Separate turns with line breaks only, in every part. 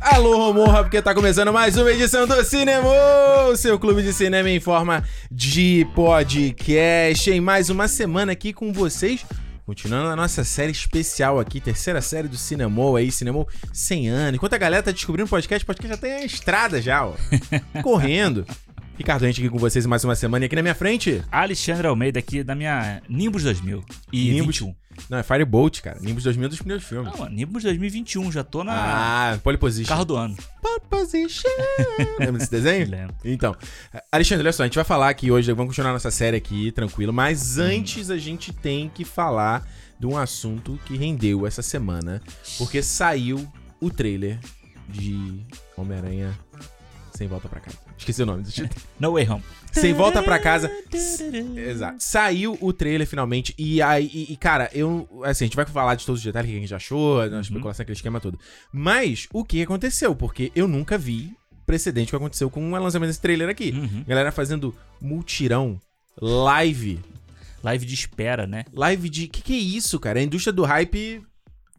Alô, Romorra, porque tá começando mais uma edição do Cinema, o seu clube de cinema em forma de podcast. Em mais uma semana aqui com vocês. Continuando a nossa série especial aqui, terceira série do Cinemol aí, Cinemol 100 anos. Enquanto a galera tá descobrindo podcast, podcast já tem a estrada já, ó. Correndo. Ricardo, a gente aqui com vocês mais uma semana e aqui na minha frente.
Alexandre Almeida aqui da minha Nimbus 2000 e
Nimbus?
21.
Não, é Firebolt, cara. Nimbus 2000 é dos primeiros filmes.
Não, Nimbus 2021, já tô na
Ah, Pole Position.
carro do ano. né?
Pole Position. Lembra desse desenho?
Lembro.
Então, Alexandre, olha só, a gente vai falar aqui hoje, vamos continuar nossa série aqui, tranquilo, mas antes a gente tem que falar de um assunto que rendeu essa semana, porque saiu o trailer de Homem-Aranha Sem Volta Pra Casa. Esqueci o nome do título.
No Way Home.
Sem Volta Pra Casa. Exato. Saiu o trailer finalmente. E aí, e, e, cara, eu. Assim, a gente vai falar de todos os detalhes que a gente achou, na especulação, aquele esquema todo. Mas o que aconteceu? Porque eu nunca vi precedente que aconteceu com o lançamento desse trailer aqui.
Uhum.
Galera fazendo multirão, live.
Live de espera, né?
Live de. Que que é isso, cara? A indústria do hype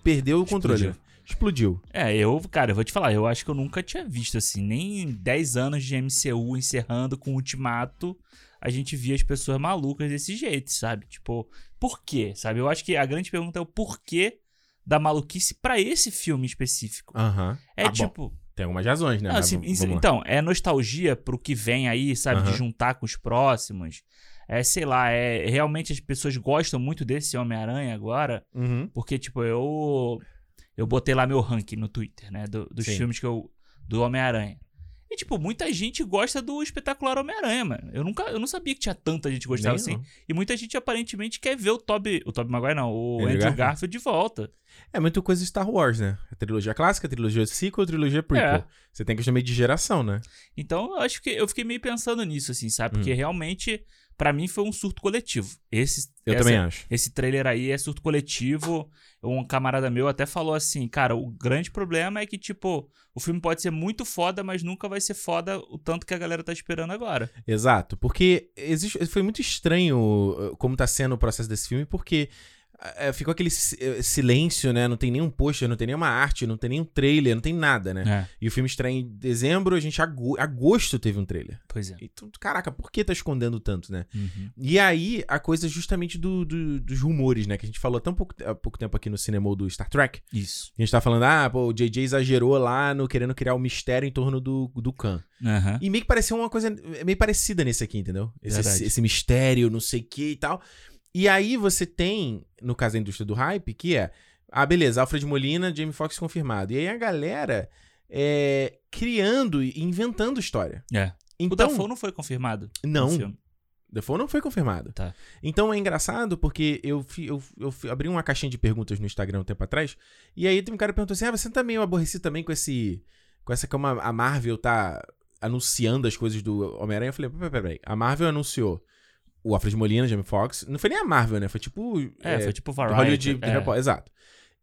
perdeu o controle. Explodiu.
É, eu, cara, eu vou te falar, eu acho que eu nunca tinha visto assim, nem em 10 anos de MCU encerrando com Ultimato, a gente via as pessoas malucas desse jeito, sabe? Tipo, por quê? Sabe? Eu acho que a grande pergunta é o porquê da maluquice pra esse filme específico.
Aham.
É
Ah, bom,
tipo,
Tem algumas razões, né?
Não,
Mas
assim,
v-
isso-
vamos lá.
então, é nostalgia pro que vem aí, sabe?
Aham.
De juntar com os próximos. É, sei lá, é, realmente as pessoas gostam muito desse Homem-Aranha agora,
Uhum.
porque, tipo, eu. Eu botei lá meu ranking no Twitter, né? do- dos
Sim.
filmes que eu. Do Homem-Aranha. E, tipo, muita gente gosta do espetacular Homem-Aranha, mano. Eu nunca. Eu não sabia que tinha tanta gente que gostava
Nem
assim.
eu.
E muita gente aparentemente quer ver o Toby. O Toby Maguire, não, o
Andrew
Andrew
Garfield.
Garfield, de volta.
É muito coisa de Star Wars, né? A trilogia clássica, a trilogia sequel, a trilogia prequel.
É.
Você tem questão meio de geração, né?
Então, eu acho que eu fiquei meio pensando nisso, assim, sabe?
Hum.
Porque realmente, pra mim, foi um surto coletivo. Esse,
Eu
essa-
também acho.
Esse trailer aí é surto coletivo. Um camarada meu até falou assim, cara, o grande problema é que, tipo, o filme pode ser muito foda, mas nunca vai ser foda o tanto que a galera tá esperando agora.
Exato, porque existe, foi muito estranho uh, como tá sendo o processo desse filme, porque uh, uh, ficou aquele si- uh, silêncio, né? Não tem nenhum pôster, não tem nenhuma arte, não tem nenhum trailer, não tem nada, né?
É,
E o filme estreia em dezembro, a gente ago- agosto teve um trailer.
pois é.
E tu, caraca, por que tá escondendo tanto, né? E aí, a coisa justamente do- do- dos rumores, né? Que a gente falou há tão pouco, há pouco tempo aqui no cinema do Star Trek.
Isso.
A gente tá falando, ah, pô, o JJ exagerou lá no querendo criar o mistério em torno do, do Khan.
Aham.
E meio que pareceu uma coisa é meio parecida nesse aqui, entendeu? Esse,
Verdade.
esse mistério, não sei o que e tal. E aí você tem, no caso da indústria do hype, que é, ah, beleza, Alfred Molina, Jamie Foxx confirmado. E aí a galera é, criando e inventando história.
É. O
Então,
Dafoe não foi confirmado. no
não,
filme.
Defoe não foi confirmado.
Tá.
Então é engraçado porque eu, fi- eu, eu fi- abri uma caixinha de perguntas no Instagram um tempo atrás. E aí tem um cara que perguntou assim: Ah, você não tá meio aborrecido também com esse. Com essa como a a Marvel tá anunciando as coisas do Homem-Aranha? Eu falei: peraí, peraí, peraí. A Marvel anunciou o Alfred Molina, Jamie Foxx. Não foi nem a Marvel, né? Foi tipo.
É, foi tipo Variety.
Hollywood
é.
Report, exato.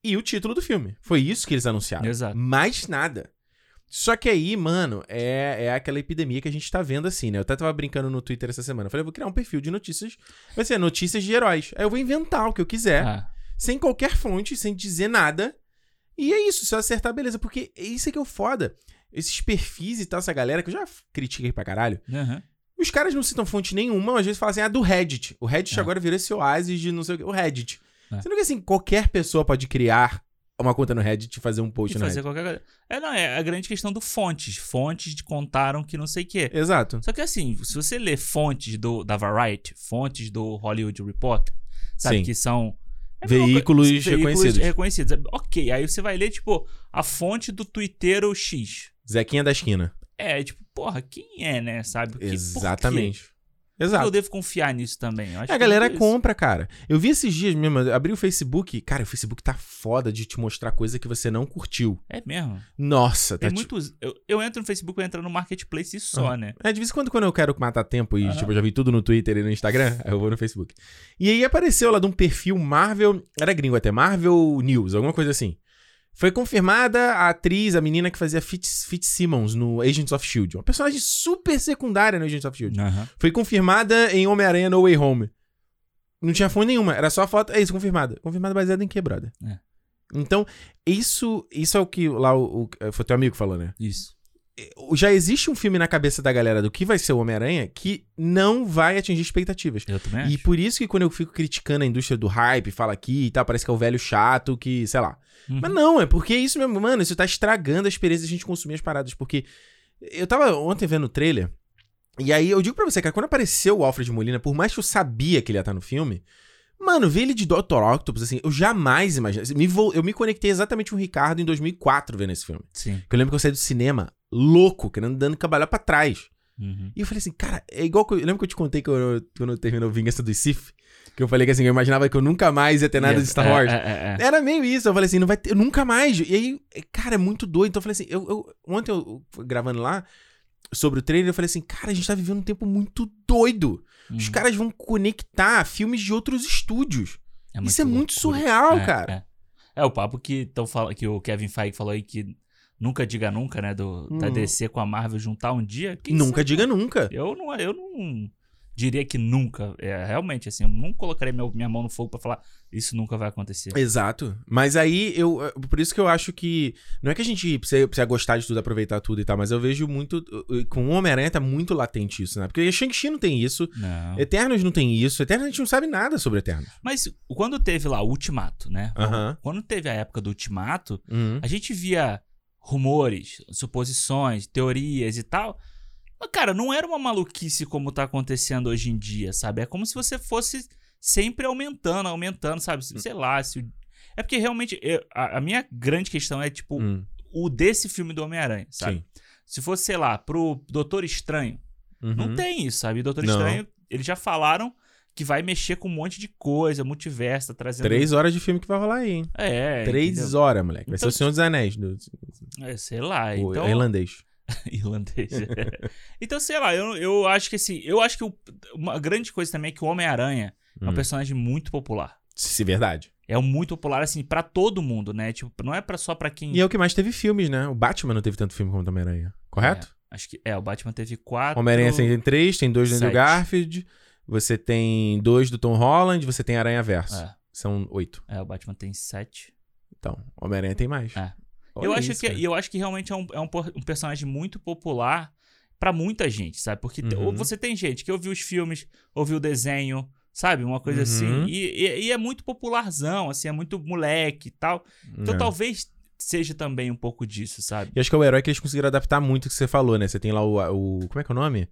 E o título do filme. Foi isso que eles anunciaram.
Exato.
Mais nada. Só que aí, mano, é, é aquela epidemia que a gente tá vendo assim, né? Eu até tava brincando no Twitter essa semana. Eu falei, eu vou criar um perfil de notícias. Vai ser notícias de heróis. Aí eu vou inventar o que eu quiser,
Ah,
sem qualquer fonte, sem dizer nada. E é isso, se eu acertar, beleza. Porque isso é que é o foda. Esses perfis e tal, essa galera que eu já critiquei pra caralho.
aham.
Os caras não citam fonte nenhuma, às vezes falam assim, ah, do Reddit. O Reddit
É.
agora virou esse oásis de não sei o que. O Reddit.
É.
Sendo que assim, qualquer pessoa pode criar uma conta no Reddit e fazer um post
E
no
fazer
Reddit.
qualquer coisa. É, não, é a grande questão do fontes. Fontes de contaram que não sei o quê.
Exato.
Só que assim, se você lê fontes do, da Variety, fontes do Hollywood Reporter, sabe?
Sim.
Que são. é a mesma
Veículos reconhecidos.
reconhecidos. É, Ok, aí você vai ler, tipo, a fonte do Twitter X.
Zequinha da esquina.
É, tipo, porra, quem é, né? Sabe? Que- por quê?
Exatamente.
Por que Eu
Exato.
devo confiar nisso também. Eu acho
A
que
galera
é isso.
compra, cara. Eu vi esses dias mesmo, eu abri o Facebook. Cara, o Facebook tá foda de te mostrar coisa que você não curtiu.
É mesmo.
Nossa, tá
Tem
tipo.
muitos. Eu, eu entro no Facebook, eu entro no Marketplace e só, né?
É, de vez em quando, quando eu quero matar tempo e,
Aham.
tipo, eu já vi tudo no Twitter e no Instagram, aí eu vou no Facebook. E aí apareceu lá de um perfil Marvel, era gringo até, Marvel News, alguma coisa assim. Foi confirmada a atriz, a menina que fazia Fitz, Fitzsimmons no Agents of S.H.I.E.L.D., uma personagem super secundária no Agents of S.H.I.E.L.D.
Aham.
Foi confirmada em Homem-Aranha No Way Home. Não tinha fonte nenhuma, era só a foto, é isso, confirmada. Confirmada baseada em que, brother?
É.
Então, isso, isso é o que lá o, o- foi teu amigo que falou, né?
Isso.
Já existe um filme na cabeça da galera do que vai ser o Homem-Aranha que não vai atingir expectativas.
Eu também
E
acho.
por isso que quando eu fico criticando a indústria do hype, fala aqui e tal, parece que é o velho chato que, sei lá.
Uhum.
Mas não, é porque isso mesmo, mano, isso tá estragando a experiência de a gente consumir as paradas. Porque eu tava ontem vendo o trailer, e aí eu digo pra você, cara, quando apareceu o Alfred Molina, por mais que eu sabia que ele ia estar no filme, mano, ver ele de Dr. Octopus, assim, eu jamais imaginei. Me vo- Eu me conectei exatamente com o Ricardo em 2004 vendo esse filme.
Sim.
Que eu lembro que eu saí do cinema louco, querendo dando cabalhar pra trás.
Uhum.
E eu falei assim, cara, é igual que eu, lembra que eu te contei que eu, quando terminou Vingança do Sith? Que eu falei que assim, eu imaginava que eu nunca mais ia ter nada de Star
É,
Wars.
É, é, é.
Era meio isso, eu falei assim, não vai ter, nunca mais. E aí, cara, é muito doido. Então eu falei assim, eu, eu- ontem eu gravando lá sobre o trailer, eu falei assim, cara, a gente tá vivendo um tempo muito doido. Os
Uhum.
caras vão conectar filmes de outros estúdios. isso é muito
loucura.
surreal,
É,
cara.
É. É o papo que, tão fala, que o Kevin Feige falou aí que nunca diga nunca, né? Do, Da
Hum.
DC com a Marvel juntar um dia. que
nunca diga nunca.
isso- Eu não, eu não diria que nunca. É, realmente, assim, eu não colocaria meu- minha mão no fogo pra falar isso nunca vai acontecer.
Exato. Mas aí eu. eh, Por isso que eu acho que. Não é que a gente precisa, precisa gostar de tudo, aproveitar tudo e tal, mas eu vejo muito. Com o Homem-Aranha tá muito latente isso, né? Porque Shang-Chi não tem isso,
Não.
Eternos não tem isso, Eternos a gente não sabe nada sobre Eternos.
Mas quando teve lá o Ultimato, né?
Aham.
Quando teve a época do Ultimato,
Uhum.
a gente via rumores, suposições, teorias e tal. Mas, cara, não era uma maluquice como tá acontecendo hoje em dia, sabe? É como se você fosse sempre aumentando, aumentando, sabe? Se- Sei lá, se. o- É porque realmente eu- a, a minha grande questão é, tipo,
Hum,
o desse filme do Homem-Aranha, sabe?
Sim.
Se fosse, sei lá, pro Doutor Estranho, não
Uhum.
tem isso, sabe? O Doutor
Não.
Estranho, eles já falaram que vai mexer com um monte de coisa, multiverso, tá trazendo.
Três horas de filme que vai rolar aí, hein?
É.
Três
entendeu?
horas, moleque. Vai ser
Então,
o Senhor dos Anéis, do,
É, sei lá.
o
Então,
irlandês.
Irlandês. é. então, sei lá, eu, eu acho que assim, eu acho que o- uma grande coisa também é que o Homem-Aranha é um
Hum.
personagem muito popular.
Se verdade.
É um muito popular, assim, pra todo mundo, né? Tipo, não é pra só pra quem.
E é o que mais teve filmes, né? O Batman não teve tanto filme como o Homem-Aranha. Correto?
Acho que. É, o Batman teve quatro.
Homem-Aranha assim, tem três, tem dois do Andrew
Sete.
Garfield, você tem dois do Tom Holland, você tem Aranha Verso. São oito.
É, é, o Batman tem sete.
Então, Homem-Aranha tem mais.
É.
Olha
eu, acho
isso,
que,
cara.
eu acho que realmente é um, é um por- um personagem muito popular pra muita gente, sabe? Porque te-
Uhum.
ou você tem gente que ouviu os filmes, ouviu o desenho, sabe? Uma coisa assim.
Uhum.
E, e- e é muito popularzão, assim, é muito moleque e tal. Então
É.
talvez seja também um pouco disso, sabe?
E acho que é o herói que eles conseguiram adaptar muito o que você falou, né? Você tem lá o. o- como é que é o nome?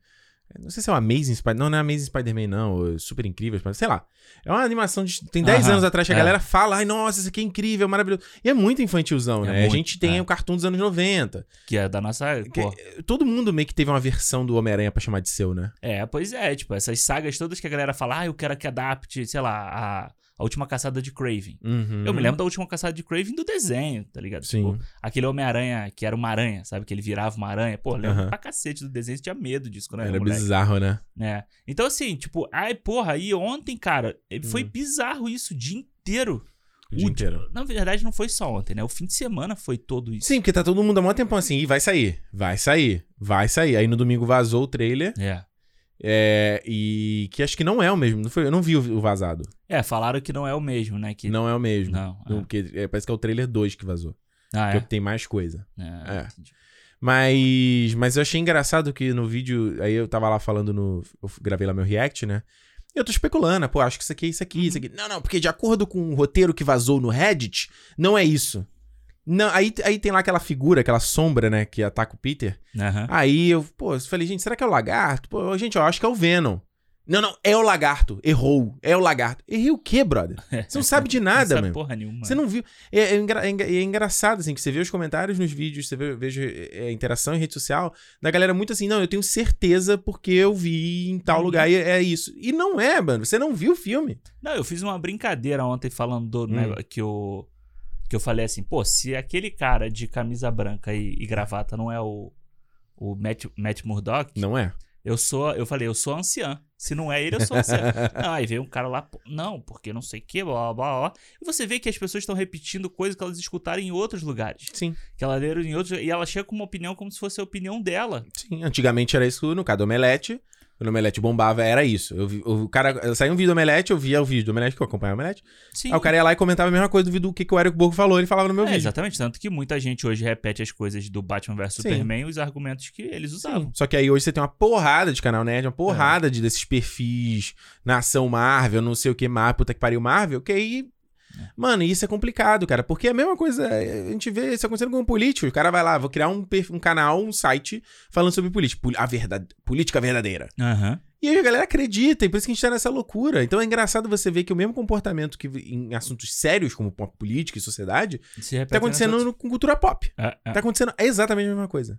Não sei se é o Amazing Spider-Man. Não, não é Amazing Spider-Man, não. o Super Incrível Spider-Man. Sei lá. É uma animação de. Tem 10
Aham,
anos atrás que a
é.
galera fala, ai, nossa, isso aqui é incrível, maravilhoso. E é muito infantilzão,
É
né?
muito,
a gente tem
é.
o cartoon dos anos 90.
Que é da nossa.
Que-
pô,
Todo mundo meio que teve uma versão do Homem-Aranha pra chamar de seu, né?
É, pois é, tipo, essas sagas todas que a galera fala, ah, eu quero que adapte, sei lá, a, a última caçada de Craven.
Uhum.
Eu me lembro da última caçada de Craven do desenho, tá ligado?
Sim.
Tipo, aquele Homem-Aranha que era uma aranha, sabe? Que ele virava uma aranha. Pô, eu lembro
Aham.
pra cacete do desenho, eu tinha medo disso quando eu
Era
era moleque.
bizarro, né?
né? Então, assim, tipo, ai, porra, aí ontem, cara, eh, foi
Hum.
bizarro isso o dia inteiro.
O dia
O-
inteiro.
Na verdade, não foi só ontem, né? O fim de semana foi todo isso.
Sim, porque tá todo mundo há mó tempão assim, e vai sair, vai sair, vai sair. Aí no domingo vazou o trailer.
É.
É, e que acho que não é o mesmo. Não foi, eu não vi o, o vazado.
É, falaram que não é o mesmo, né? Que...
Não é o mesmo.
Não,
Do-
é.
Porque, é, parece que é o trailer 2 que vazou.
Ah,
Porque
é.
tem mais coisa.
É,
é.
entendi.
Mas, mas eu achei engraçado que no vídeo. Aí eu tava lá falando no. Eu gravei lá meu react, né? E eu tô especulando, pô, acho que isso aqui é isso aqui, isso aqui. Não, não, porque de acordo com o roteiro que vazou no Reddit, não é isso. Não, aí, aí tem lá aquela figura, aquela sombra, né, que ataca o Peter.
Aham.
Aí eu, pô, eu falei, gente, será que é o lagarto? Pô, gente, eu acho que é o Venom. Não, não, é o lagarto. Errou. É o lagarto. Errei o quê, brother? Você não sabe de
Não
nada,
sabe
mano.
porra nenhuma.
Você não viu. É, é engra- é enga- é engraçado, assim, que você vê os comentários nos vídeos, você vê, vejo é, é, interação em rede social, da galera muito assim, não, eu tenho certeza porque eu vi em tal
Uhum.
lugar e é isso. E não é, mano. Você não viu o filme.
Não, eu fiz uma brincadeira ontem falando do
Hum.
negócio que eu, que eu falei assim, pô, se aquele cara de camisa branca e, e gravata não é o, o Matt, Matt Murdock,
Não é.
eu sou, eu falei, eu sou anciã. Se não é ele, eu sou anciã. não, aí veio um cara lá, pô, não, porque não sei o que, blá, blá, blá, blá. E você vê que as pessoas estão repetindo coisas que elas escutaram em outros lugares.
Sim,
Que elas leram em outros... E ela chega com uma opinião como se fosse a opinião dela.
sim. Antigamente era isso no caso do Omelete. Quando o Omelete bombava, era isso. Eu, vi- o cara, saiu um vídeo do Omelete, eu via o vídeo do Omelete, que eu acompanhava o Omelete.
Sim.
Aí Ah, o cara ia lá e comentava a mesma coisa do vídeo que, que o Eric Borgo falou, ele falava no meu
É,
vídeo.
exatamente. Tanto que muita gente hoje repete as coisas do Batman vs
Sim.
Superman, os argumentos que eles usavam.
Só que aí hoje você tem uma porrada de canal nerd, uma
É.
porrada de, desses perfis, nação Marvel, não sei o que, Marvel, puta que pariu Marvel, que aí. Mano, isso é complicado, cara, porque é a mesma coisa, é, a gente vê isso acontecendo com político. O cara vai lá, vou criar um, perfil- um canal, um site falando sobre política, poli- a verdade, política verdadeira.
Aham.
E aí a galera acredita, e por isso que a gente tá nessa loucura. Então é engraçado você ver que o mesmo comportamento que em assuntos sérios, como política e sociedade,
Se repete
tá acontecendo
nessas-
no- com cultura pop.
É, é.
Tá acontecendo exatamente a mesma coisa.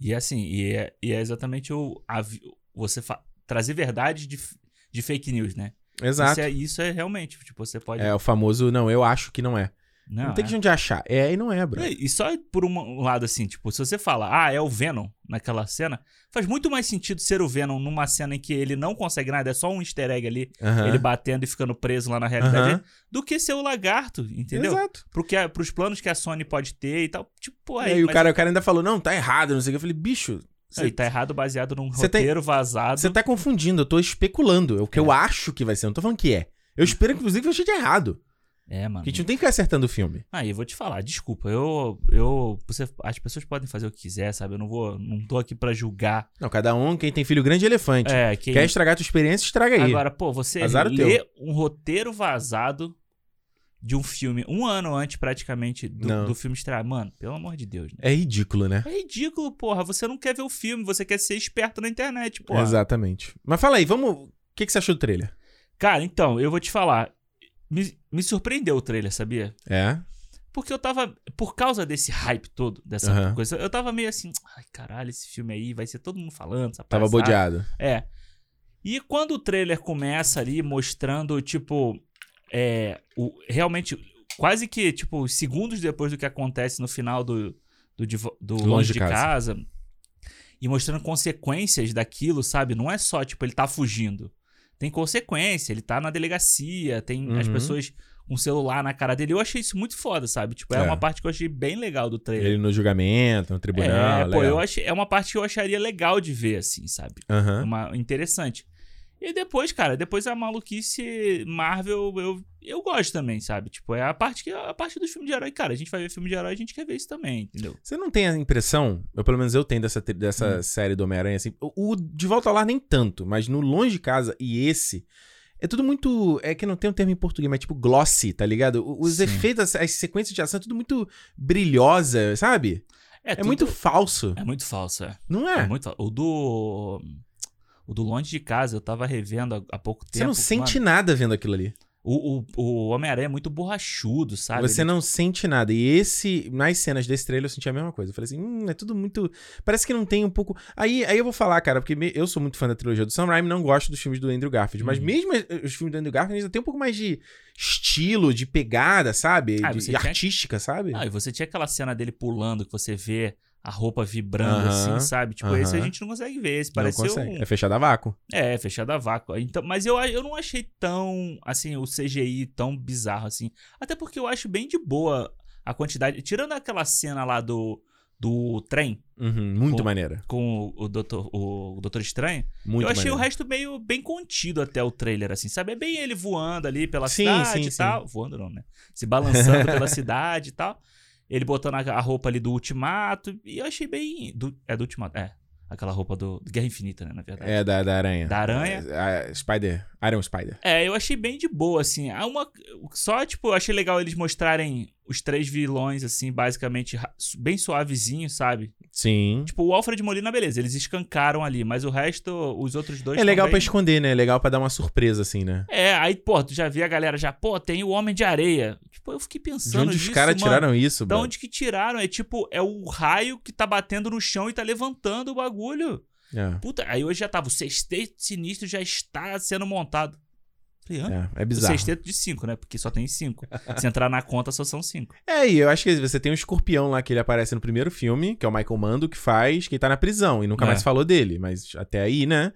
E assim, e é, e é exatamente o, a vi- você fa- trazer verdade de, f- de fake news, né?
Exato.
Isso é, isso é realmente, tipo, você pode...
É o famoso, não, eu acho que não é. Não, tem
é.
questão de achar. É e não é, bro.
É, E só por um- um lado assim, tipo, se você fala, ah, é o Venom naquela cena, faz muito mais sentido ser o Venom numa cena em que ele não consegue nada, é só um easter egg ali,
Aham.
ele batendo e ficando preso lá na realidade,
Aham.
do que ser o lagarto, entendeu?
Exato.
Pro que, a- pros planos que a Sony pode ter e tal. Tipo,
e
aí,
aí o
mas-
cara, o cara ainda falou, não, tá errado, não sei o que. Eu falei, bicho,
aí tá errado baseado num
Você tem-
roteiro vazado.
você tá confundindo, eu tô especulando. É o que eu acho que vai ser, eu não tô falando que é. Eu espero, inclusive, que eu esteja errado.
É, mano.
Porque a gente não tem que ficar acertando o filme.
Aí eu vou te falar, desculpa, eu. eu você, as pessoas podem fazer o que quiser, sabe? Eu não vou. Não tô aqui pra julgar.
Não, cada um, quem tem filho grande é elefante.
É, quem.
Quer estragar a tua experiência, estraga é aí.
Agora, pô, você
Azar é o
lê um roteiro vazado de um filme um ano antes, praticamente,
Não.
do, do filme estrear. Mano, pelo amor de Deus, né?
É ridículo, né?
É ridículo, porra. Você não quer ver o filme, você quer ser esperto na internet, porra.
Exatamente. Mas fala aí, vamos. O que, que você achou do trailer?
Cara, então, eu vou te falar. Me, me surpreendeu o trailer, sabia?
É.
Porque eu tava. Por causa desse hype todo, dessa
Aham.
coisa, eu tava meio assim. Ai, caralho, esse filme aí vai ser todo mundo falando, essa
Tava
palhaçada."
bodeado.
É. E quando o trailer começa ali mostrando, tipo, é, o, realmente, quase que, tipo, os segundos depois do que acontece no final do, do, Divo- do Longe, de casa. e mostrando consequências daquilo, sabe? Não é só, tipo, ele tá fugindo. Tem consequência, ele tá na delegacia, tem as
Uhum.
pessoas com celular na cara dele. Eu achei isso muito foda, sabe? Tipo, é,
É.
uma parte que eu achei bem legal do trailer.
Ele no julgamento, no tribunal.
é, pô,
legal.
eu achei, é uma parte que eu acharia legal de ver, assim, sabe?
Aham.
Uma, interessante. E depois, cara, depois a maluquice Marvel, eu, eu gosto também, sabe? Tipo, é a parte que a parte dos filmes de herói, cara, a gente vai ver filme de herói, a gente quer ver isso também, entendeu?
Você não tem a impressão, eu pelo menos eu tenho dessa, tri- dessa
Hum.
série do Homem-Aranha, assim, o, o De Volta ao Lar nem tanto, mas no Longe de Casa e esse, é tudo muito, é que não tem um termo em português, mas tipo glossy, tá ligado? O- Os
Sim.
efeitos, as, as sequências de ação, é tudo muito brilhosa, sabe? É,
tudo-
muito falso,
é muito falso, é.
não
É
é?
muito falso. O do o do longe de casa eu tava revendo há, há pouco tempo.
Você não
mano.
sente nada vendo aquilo ali.
o o, o Homem-Aranha é muito borrachudo, sabe?
Você não sente nada. E esse, nas cenas desse trailer, eu senti a mesma coisa. Eu falei assim, hum, é tudo muito. Parece que não tem um pouco. Aí, aí eu vou falar, cara, porque me- eu sou muito fã da trilogia do Sam Raimi, não gosto dos filmes do Andrew Garfield. Mas
Uhum.
mesmo eh, os filmes do Andrew Garfield, eles têm um pouco mais de estilo, de pegada, sabe?
Ah,
De-
você
e
tinha-
artística, sabe?
Ah, e você tinha aquela cena dele pulando que você vê a roupa vibrando
Aham,
assim, sabe? Tipo, esse a
aham.
gente não consegue ver, esse
não
pareceu
consegue.
um
É fechado a vácuo.
É, fechada a vácuo. Então, mas eu, eu não achei tão, assim, o CGI tão bizarro assim. Até porque eu acho bem de boa a quantidade. Tirando aquela cena lá do, do trem
Uhum, muito
Pô,
maneira.
com o, o, doutor, o, o Doutor Estranho,
Muito
eu achei
maneira.
o resto meio bem contido até o trailer, assim, sabe? É bem ele voando ali pela
Sim,
cidade
sim,
e
sim.
tal. Voando não, né? Se balançando pela cidade e tal. Ele botando a, a roupa ali do Ultimato. E eu achei bem. do- é do Ultimato, é. Aquela roupa do, do Guerra Infinita, né? Na verdade.
É da, da aranha.
Da aranha.
É, a- Spider. Iron Spider.
É, eu achei bem de boa, assim. Há uma... Só, tipo, eu achei legal eles mostrarem os três vilões, assim, basicamente ra- su- bem suavezinhos, sabe?
Sim.
Tipo, o Alfred Molina, beleza, eles escancaram ali, mas o resto, os outros dois.
É legal pra
também...
esconder, né? É legal pra dar uma surpresa, assim, né?
É, aí, pô, tu já vê a galera já, pô, tem o Homem de Areia. Tipo, eu fiquei
De
pensando.
onde os
nisso,
caras
mano.
tiraram isso,
Da
bro?
onde que tiraram? É tipo, é o raio que tá batendo no chão e tá levantando o bagulho.
É.
Puta, aí hoje já tava, o sexteto sinistro já está sendo montado. Falei, hã?
É, é
O
bizarro.
sexteto de 5, né? Porque só tem 5. Se entrar na conta, só são 5.
É, e eu acho que você tem um escorpião lá que ele aparece no primeiro filme, que é o Michael Mando, que faz, que tá na prisão e nunca
É.
mais falou dele, mas até aí, né?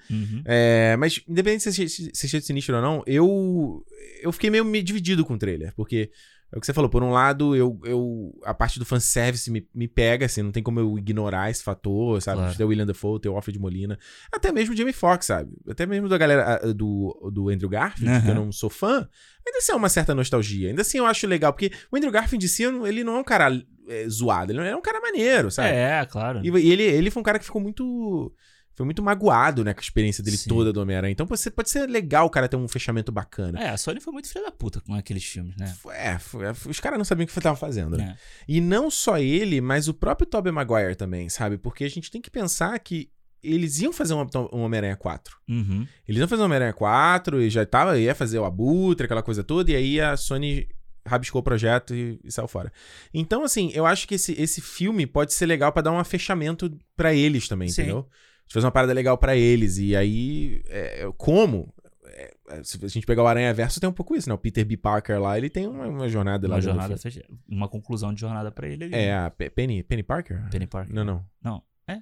É, mas independente se é Sexteto Sinistro ou não, eu eu fiquei meio me- dividido com o trailer, porque É o que você falou, por um lado, eu, eu a parte do fanservice me, me pega, assim, não tem como eu ignorar esse fator, sabe?
Claro.
Claro. Tem o William Dafoe, tem o Alfred Molina, até mesmo o Jamie Foxx, sabe? Até mesmo da galera ah, do, do Andrew Garfield, que eu
Aham.
não sou fã, ainda assim é uma certa nostalgia. Ainda assim eu acho legal, porque o Andrew Garfield em si, eu não- ele não é um cara eh, zoado, ele é um cara maneiro, sabe?
É, claro.
E e ele, ele foi um cara que ficou muito. Foi muito magoado, né, com a experiência dele
Sim.
toda do Homem-Aranha. Então pode ser, pode ser legal o cara ter um fechamento bacana.
É, a Sony foi muito filha da puta com aqueles filmes, né?
F- É, f- é, f- os caras não sabiam o que estavam fazendo, né?
É.
E não só ele, mas o próprio Tobey Maguire também, sabe? Porque a gente tem que pensar que eles iam fazer um, um Homem-Aranha 4.
Uhum.
Eles iam fazer um Homem-Aranha 4 e já tava, ia fazer o Abutre, aquela coisa toda, e aí a Sony rabiscou o projeto e, e saiu fora. Então, assim, eu acho que esse, esse filme pode ser legal pra dar um fechamento pra eles também,
Sim.
entendeu? De fazer uma parada legal pra eles. E aí, é, como? É, é, se a gente pegar o Aranha Verso, tem um pouco isso, né? O Peter B. Parker lá, ele tem uma, uma jornada lá. dentro
Uma
do
jornada
filme.
fechada. Uma conclusão de jornada pra ele ali.
É,
né?
a Pe- Penny, Penny Parker?
Penny Parker.
Não, não.
Não. É?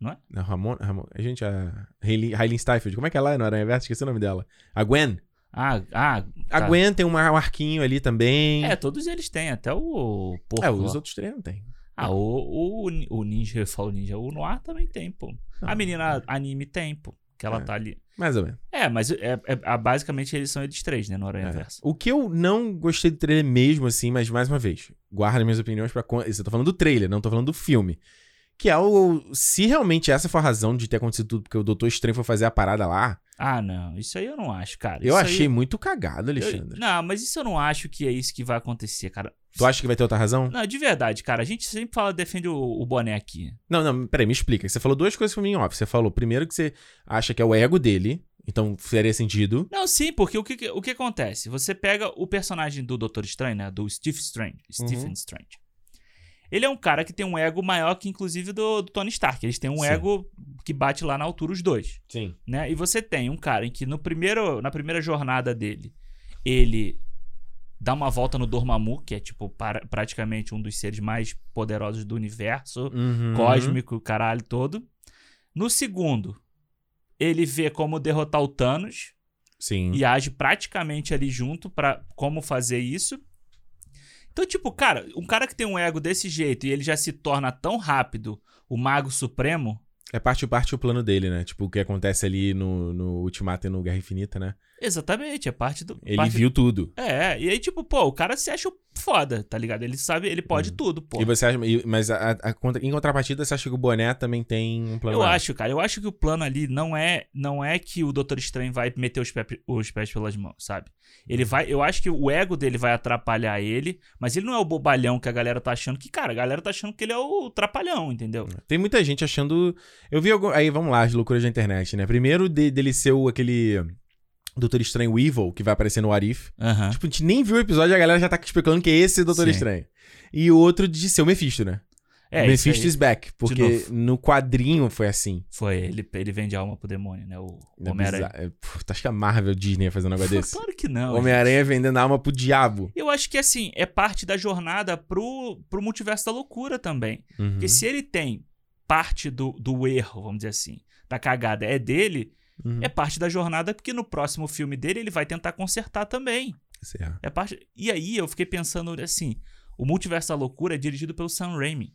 Não é?
A Ramon, Ramon, a gente, a Hailey, Hailey Steinfeld, como é que ela é no Aranha Verso? Esqueci o nome dela. A Gwen.
Ah, ah.
A
tá.
Gwen tem um ar- um arquinho ali também.
É, todos eles têm, até o porco.
É,
lá.
os outros três não tem.
Ah, o, o, o Ninja, eu falo Ninja, o Noir também tem, pô.
Não.
A menina anime tem, pô. Que ela
É.
tá ali.
Mais ou menos.
É, mas é, é- ah, basicamente eles são eles três, né? No Aranha
É.
Verso.
O que eu não gostei do trailer mesmo, assim, mas mais uma vez, guarda minhas opiniões pra. con- Isso eu tô falando do trailer, não tô falando do filme. Que é o. Se realmente essa for a razão de ter acontecido tudo, porque o Doutor Estranho foi fazer a parada lá,
Ah, não. Isso aí eu não acho, cara.
eu
Isso
achei
aí-
muito cagado,
eu-
Alexandre.
Não, mas isso eu não acho que é isso que vai acontecer, cara.
Tu acha que vai ter outra razão?
Não, de verdade, cara. A gente sempre fala, defende o, o boné aqui.
Não, não, peraí, me explica. Você falou duas coisas pra mim, ó. Você falou, primeiro, que você acha que é o ego dele, então faria sentido.
Não, sim, porque o que, que- o que acontece? Você pega o personagem do Doutor Estranho, né? Do Steve Strange.
Uhum.
Stephen Strange. Ele é um cara que tem um ego maior que, inclusive, do, do Tony Stark. Eles têm um
Sim.
ego que bate lá na altura os dois,
Sim.
né? E você tem um cara em que no primeiro, na primeira jornada dele, ele dá uma volta no Dormammu, que é, tipo, para- praticamente um dos seres mais poderosos do universo
Uhum.
cósmico, o caralho todo. No segundo, ele vê como derrotar o Thanos
Sim.
e age praticamente ali junto pra como fazer isso. Então, tipo, cara, um cara que tem um ego desse jeito e ele já se torna tão rápido o Mago Supremo,
É parte, parte o plano dele, né? Tipo, o que acontece ali no, no Ultimato e no Guerra Infinita, né?
exatamente, é parte do.
Ele
parte-
viu tudo.
É, e aí, tipo, pô, o cara se acha foda, tá ligado? Ele sabe, ele pode tudo, pô.
Uhum. E você acha, e- mas a- a contra- em contrapartida, você acha que o boné também tem um plano
Eu
A?
acho, cara. Eu acho que o plano ali não é não é que o Doutor Estranho vai meter os, pe- os pés pelas mãos, sabe?
Uhum.
Ele vai. Eu acho que o ego dele vai atrapalhar ele, mas ele não é o bobalhão que a galera tá achando. Que, cara, a galera tá achando que ele é o trapalhão, entendeu?
né? Tem muita gente achando. Eu vi algum... Aí vamos lá, as loucuras da internet, né? Primeiro de- dele ser o, aquele Doutor Estranho Evil que vai aparecer no Arif.
Aham.
Tipo, a gente nem viu o episódio e a galera já tá especulando que é esse Doutor
Sim.
Estranho. E o outro de ser o Mephisto, né?
É, isso
Mephisto
aí.
is back. Porque
novo.
no quadrinho foi assim.
Foi, ele, ele vende alma pro demônio, né? O
É
Homem-Aranha.
bizarro. É, puta, acho que a Marvel Disney ia fazer um negócio desse.
Claro que não.
Homem-Aranha vendendo a alma pro diabo.
Eu acho que, assim, é parte da jornada pro, pro multiverso da loucura também.
Uhum.
Porque se ele tem parte do, do erro, vamos dizer assim, da cagada é dele,
Uhum.
é parte da jornada, porque no próximo filme dele ele vai tentar consertar também.
Certo.
É parte... E aí eu fiquei pensando assim: o Multiverso da Loucura é dirigido pelo Sam Raimi.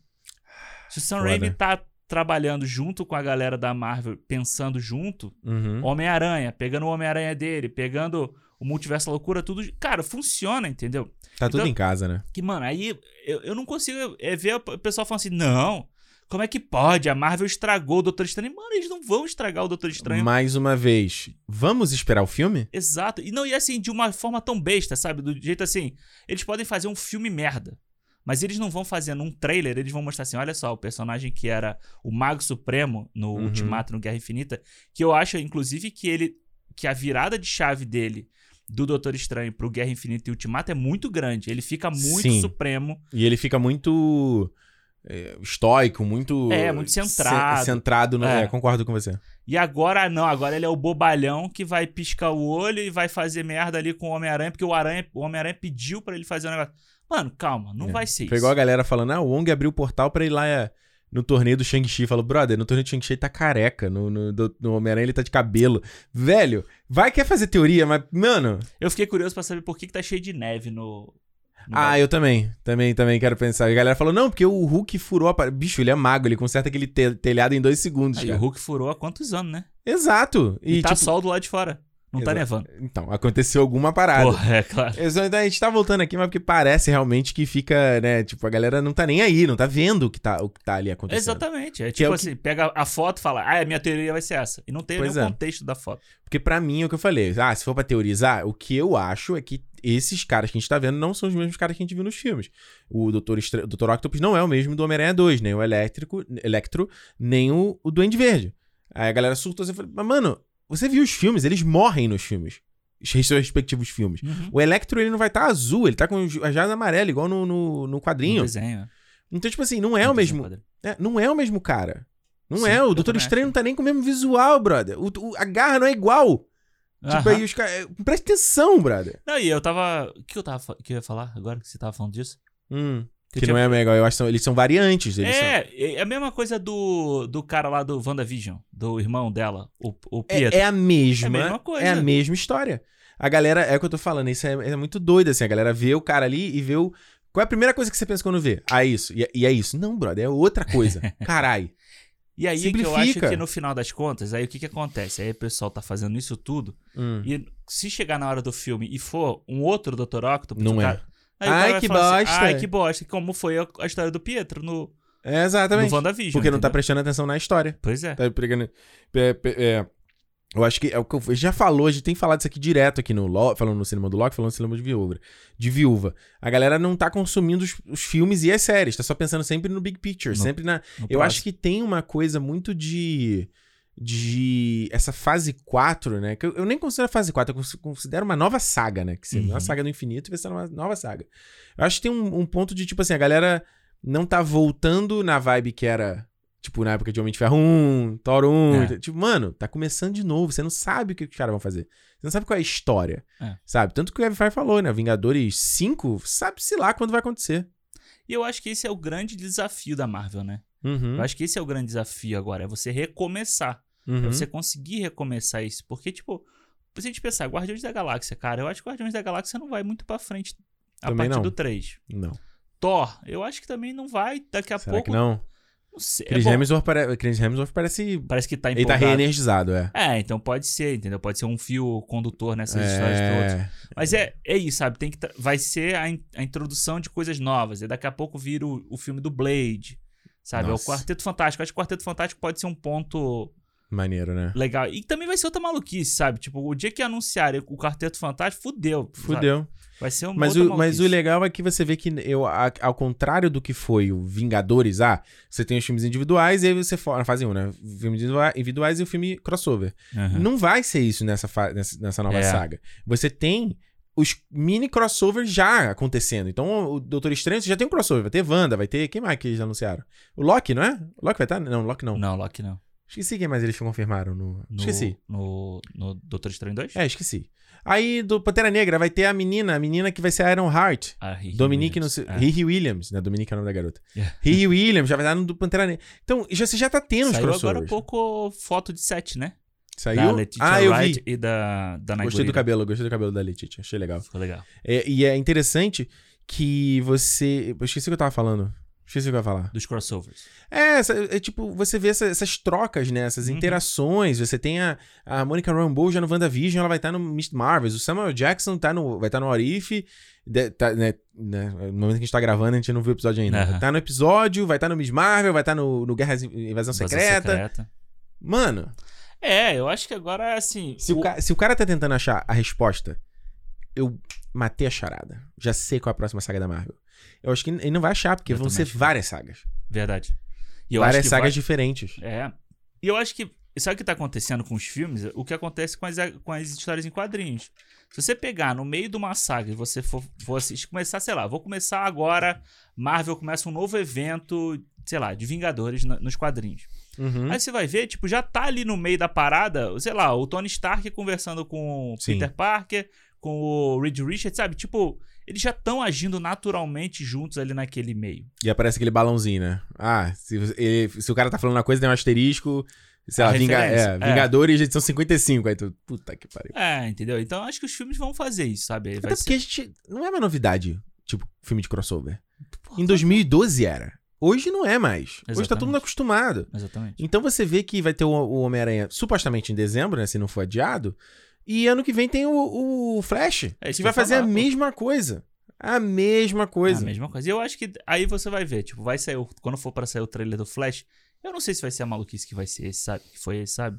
Se o Sam
Foda.
Raimi tá trabalhando junto com a galera da Marvel, pensando junto,
Uhum.
Homem-Aranha, pegando o Homem-Aranha dele, pegando o Multiverso da Loucura, tudo. Cara, funciona, entendeu?
Tá tudo
Então-
em casa, né?
Que, mano, aí eu, eu não consigo é, ver o pessoal falando assim, não, como é que pode? A Marvel estragou o Doutor Estranho. Mano, eles não vão estragar o Doutor Estranho.
Mais uma vez, vamos esperar o filme?
Exato. E não, e assim, de uma forma tão besta, sabe? Do jeito assim, eles podem fazer um filme merda. Mas eles não vão fazer num trailer, eles vão mostrar assim, olha só, o personagem que era o Mago Supremo no
Uhum.
Ultimato, no Guerra Infinita, que eu acho, inclusive, que ele. que a virada de chave dele do Doutor Estranho pro Guerra Infinita e Ultimato é muito grande. Ele fica muito
Sim.
supremo.
E ele fica muito é, estoico, muito.
É, muito centrado.
ce- centrado no.
É.
É. concordo com você.
E agora não, agora ele é o bobalhão que vai piscar o olho e vai fazer merda ali com o Homem-Aranha, porque o Aranha- o Homem-Aranha pediu pra ele fazer o negócio. Mano, calma, não
É.
vai ser
Foi igual a
isso.
galera falando, ah, o Wong abriu o portal pra ir lá é, no torneio do Shang-Chi. Falou, brother, no torneio do Shang-Chi ele tá careca, no, no, do- no Homem-Aranha ele tá de cabelo. Velho, vai quer fazer teoria, mas, mano...
Eu fiquei curioso pra saber por que, que tá cheio de neve no. Não
Ah,
vai-
eu também. Também, também quero pensar. E a galera falou, não, porque o Hulk furou a parede. Bicho, ele é mago, ele conserta aquele te- telhado em dois segundos.
Aí o
cara.
Hulk furou há quantos anos, né?
Exato.
E,
E,
tá
tipo,
sol do lado de fora. Não tá
Exato.
nevando.
então, aconteceu alguma parada.
Porra, é claro.
Exato, Então a gente tá voltando aqui, mas porque parece realmente que fica, né? Tipo, a galera não tá nem aí, não tá vendo o que tá, o que tá ali acontecendo.
Exatamente. É
Que é
tipo
o
assim, pega a foto e fala, ah, a minha teoria vai ser essa. E não tem
Pois
nenhum
é.
contexto da foto.
Porque pra mim é o que eu falei. Ah, se for pra teorizar, o que eu acho é que esses caras que a gente tá vendo não são os mesmos caras que a gente viu nos filmes. O Dr. Estra... Dr. Octopus não é o mesmo do Homem-Aranha 2, nem o Elétrico, Electro, nem o, o Duende Verde. Aí a galera surtou e falou: Mas, mano, você viu os filmes? Eles morrem nos filmes. Os seus respectivos filmes.
Uhum.
O Electro, ele não vai estar azul, ele tá com as asas amarelas, igual no, no, no
No
quadrinho.
desenho. é.
Então, tipo assim, não é
No
o
desenho
mesmo.
quadrinho.
É, não é o mesmo cara. Não
Sim,
é, o
eu
Doutor
também
Estranho não tá nem com o mesmo visual, brother. O- o- a garra não é igual. Tipo,
Aham.
aí os caras. Presta atenção, brother.
Não, e eu tava. O que eu tava fa- que eu ia falar agora que você tava falando disso?
Que,
tinha-
não é mega, eu acho que são- eles são variantes. Eles são-
tipo É, é a mesma coisa do, do cara lá do WandaVision, do irmão dela, o, o
É,
Pietro.
é a mesma.
É a mesma coisa.
é a mesma história. A galera, é o que eu tô falando, isso é, é muito doido, assim. A galera vê o cara ali e vê o. Qual é a primeira coisa que você pensa quando vê? Ah, isso. E, é- e é isso. Não, brother, é outra coisa. Carai.
e aí que eu acho
simplifica.
que no final das contas, aí o que que acontece? Aí o pessoal tá fazendo isso tudo,
Hum.
e se chegar na hora do filme e for um outro Dr. Octopus...
Não
o
é.
cara- aí o
Ai,
cara vai
que
falar assim,
bosta.
Ai, que bosta. Como foi a, a história do Pietro no,
É,
no
exatamente.
WandaVision.
Porque não tá
entendeu?
prestando atenção na história.
Pois é.
Tá pegando. pe- pe- é. eu acho que é o que eu, a gente já falou, a gente tem falado isso aqui direto aqui no Lo- falando no cinema do Loki, falando no cinema de viúva, de viúva. A galera não tá consumindo os, os filmes e as séries, tá só pensando sempre no big picture,
No-
sempre na.
No
Eu acho
próximo.
que tem uma coisa muito de de essa fase 4, né? Que eu, eu nem considero a fase 4, eu cons- considero uma nova saga, né? Que seria
Uhum.
uma saga do infinito e vai ser uma nova saga. Eu acho que tem um, um ponto de, tipo assim, a galera não tá voltando na vibe que era, tipo, na época de Homem de Ferro 1, Thor 1.
É.
Tipo, mano, tá começando de novo, você não sabe o que os caras vão fazer. Você não sabe qual é a história,
É.
sabe? Tanto que o Kevin Feige falou, né? Vingadores 5, sabe-se lá quando vai acontecer.
E eu acho que esse é o grande desafio da Marvel, né?
Uhum,
Eu acho que esse é o grande desafio agora, é você recomeçar.
uhum.
Pra você conseguir recomeçar isso. Porque, tipo, se a gente pensar, Guardiões da Galáxia, cara, eu acho que Guardiões da Galáxia não vai muito pra frente a
Também
partir
não.
do 3.
Não.
Thor, eu acho que também não vai daqui a
Será
um pouco.
que não?
não sei. É,
Chris,
bom,
Hemsworth pare- Chris Hemsworth parece.
Parece que tá
Ele tá
empolgado.
reenergizado, é.
é, então pode ser, entendeu? Pode ser um fio condutor nessas histórias todas.
é...
Mas é, é isso, sabe? Tem que tra- vai ser a, in- a introdução de coisas novas. E daqui a pouco vira o, o filme do Blade, sabe? É o
Nossa.
Quarteto Fantástico. Acho que o Quarteto Fantástico pode ser um ponto
Maneiro, né?
legal. E também vai ser outra maluquice, sabe? Tipo, o dia que anunciarem o Quarteto Fantástico, fudeu. sabe? um
Fudeu.
Vai ser uma
Mas
outra
o, mas
maluquice.
o legal é que você vê que eu, a- ao contrário do que foi o Vingadores, ah, você tem os filmes individuais e aí você for, fazem um, né? Filmes individua- individuais e o filme crossover.
Aham.
Não vai ser isso nessa, fa- nessa, nessa nova
É.
saga. Você tem os mini crossovers já acontecendo. Então, o- o Doutor Estranho, você já tem um crossover. Vai ter Wanda, vai ter. Quem mais que eles anunciaram? O Loki, não é? O Loki vai estar? Não, o Loki não.
Não, Loki não.
Esqueci quem mais eles confirmaram no.
No,
Esqueci.
No, no Doutor Estranho 2?
É, esqueci. Aí do Pantera Negra vai ter a menina, a menina que vai ser a Iron Heart.
Ah, Rick
Dominique, não
Williams.
sei.
É.
Riri Williams, né? Dominique é o nome da garota.
Yeah.
Riri Williams já vai dar no do Pantera Negra. Então, já, você já tá tendo os
Saiu
crossovers.
agora há pouco foto de set, né? Da
Saiu?
Letitia
ah, eu
Wright
vi.
e da, da Nai
Gostei do
Gurira.
cabelo, gostei do cabelo da Letitia. Achei legal.
Ficou legal.
É, e é interessante que você. Eu esqueci o que eu tava falando. Esqueci o que eu ia falar.
Dos crossovers.
É, essa- é tipo, você vê essa- essas trocas, né? Essas
Uhum.
interações. Você tem a, a Monica Rambeau já no WandaVision, ela vai estar no Miss Marvels. O Samuel Jackson tá no, vai estar no Orif. de- tá, né, né, no momento que a gente tá gravando, a gente não viu o episódio ainda.
Aham.
Tá no episódio, vai estar no Miss Marvel, vai estar no, no Guerra Invasão
Invasão
Secreta. Mano,
É, eu acho que agora, assim...
se o... ca- se o cara tá tentando achar a resposta, eu matei a charada. Já sei qual é a próxima saga da Marvel. Eu acho que ele não vai achar, porque
Eu
vão
também
ser
acho que não.
várias sagas.
Verdade. E eu acho
várias
que
sagas
vai-
diferentes.
É. E eu acho que. Sabe o que tá acontecendo com os filmes? O que acontece com as, com as histórias em quadrinhos. Se você pegar no meio de uma saga e você for, for assistir, começar, sei lá, vou começar agora. Marvel começa um novo evento, sei lá, de Vingadores na- nos quadrinhos.
Uhum.
Aí você vai ver, tipo, já tá ali no meio da parada, sei lá, o Tony Stark conversando com o
Sim.
Peter Parker, com o Reed Richards, sabe? Tipo, eles já estão agindo naturalmente juntos ali naquele meio.
E aparece aquele balãozinho, né? Ah, se, você- ele- se o cara tá falando uma coisa, tem um asterisco. Sei
A
lá, Vinga-
referência,
é,
é.
Vingadores, edição 55. Aí tu, puta que pariu.
É, entendeu? Então acho que os filmes vão fazer isso, sabe? Vai
Até
ser-
porque a gente. Não é uma novidade. Tipo, filme de crossover.
Porra,
Em 2012 era. Hoje não é mais. Hoje tá todo
tá Exatamente.
mundo acostumado.
Exatamente.
Então você vê que vai ter o, o Homem-Aranha supostamente em dezembro, né? Se não for adiado. E ano que vem tem o, o Flash.
É
que
isso que
vai
eu ia
fazer a
falar, pô.
mesma coisa. A mesma
É
coisa.
a mesma coisa. E eu acho que aí você vai ver, tipo, vai sair, o- quando for pra sair o trailer do Flash, eu não sei se vai ser a maluquice que vai ser esse, sabe? Que foi esse, sabe?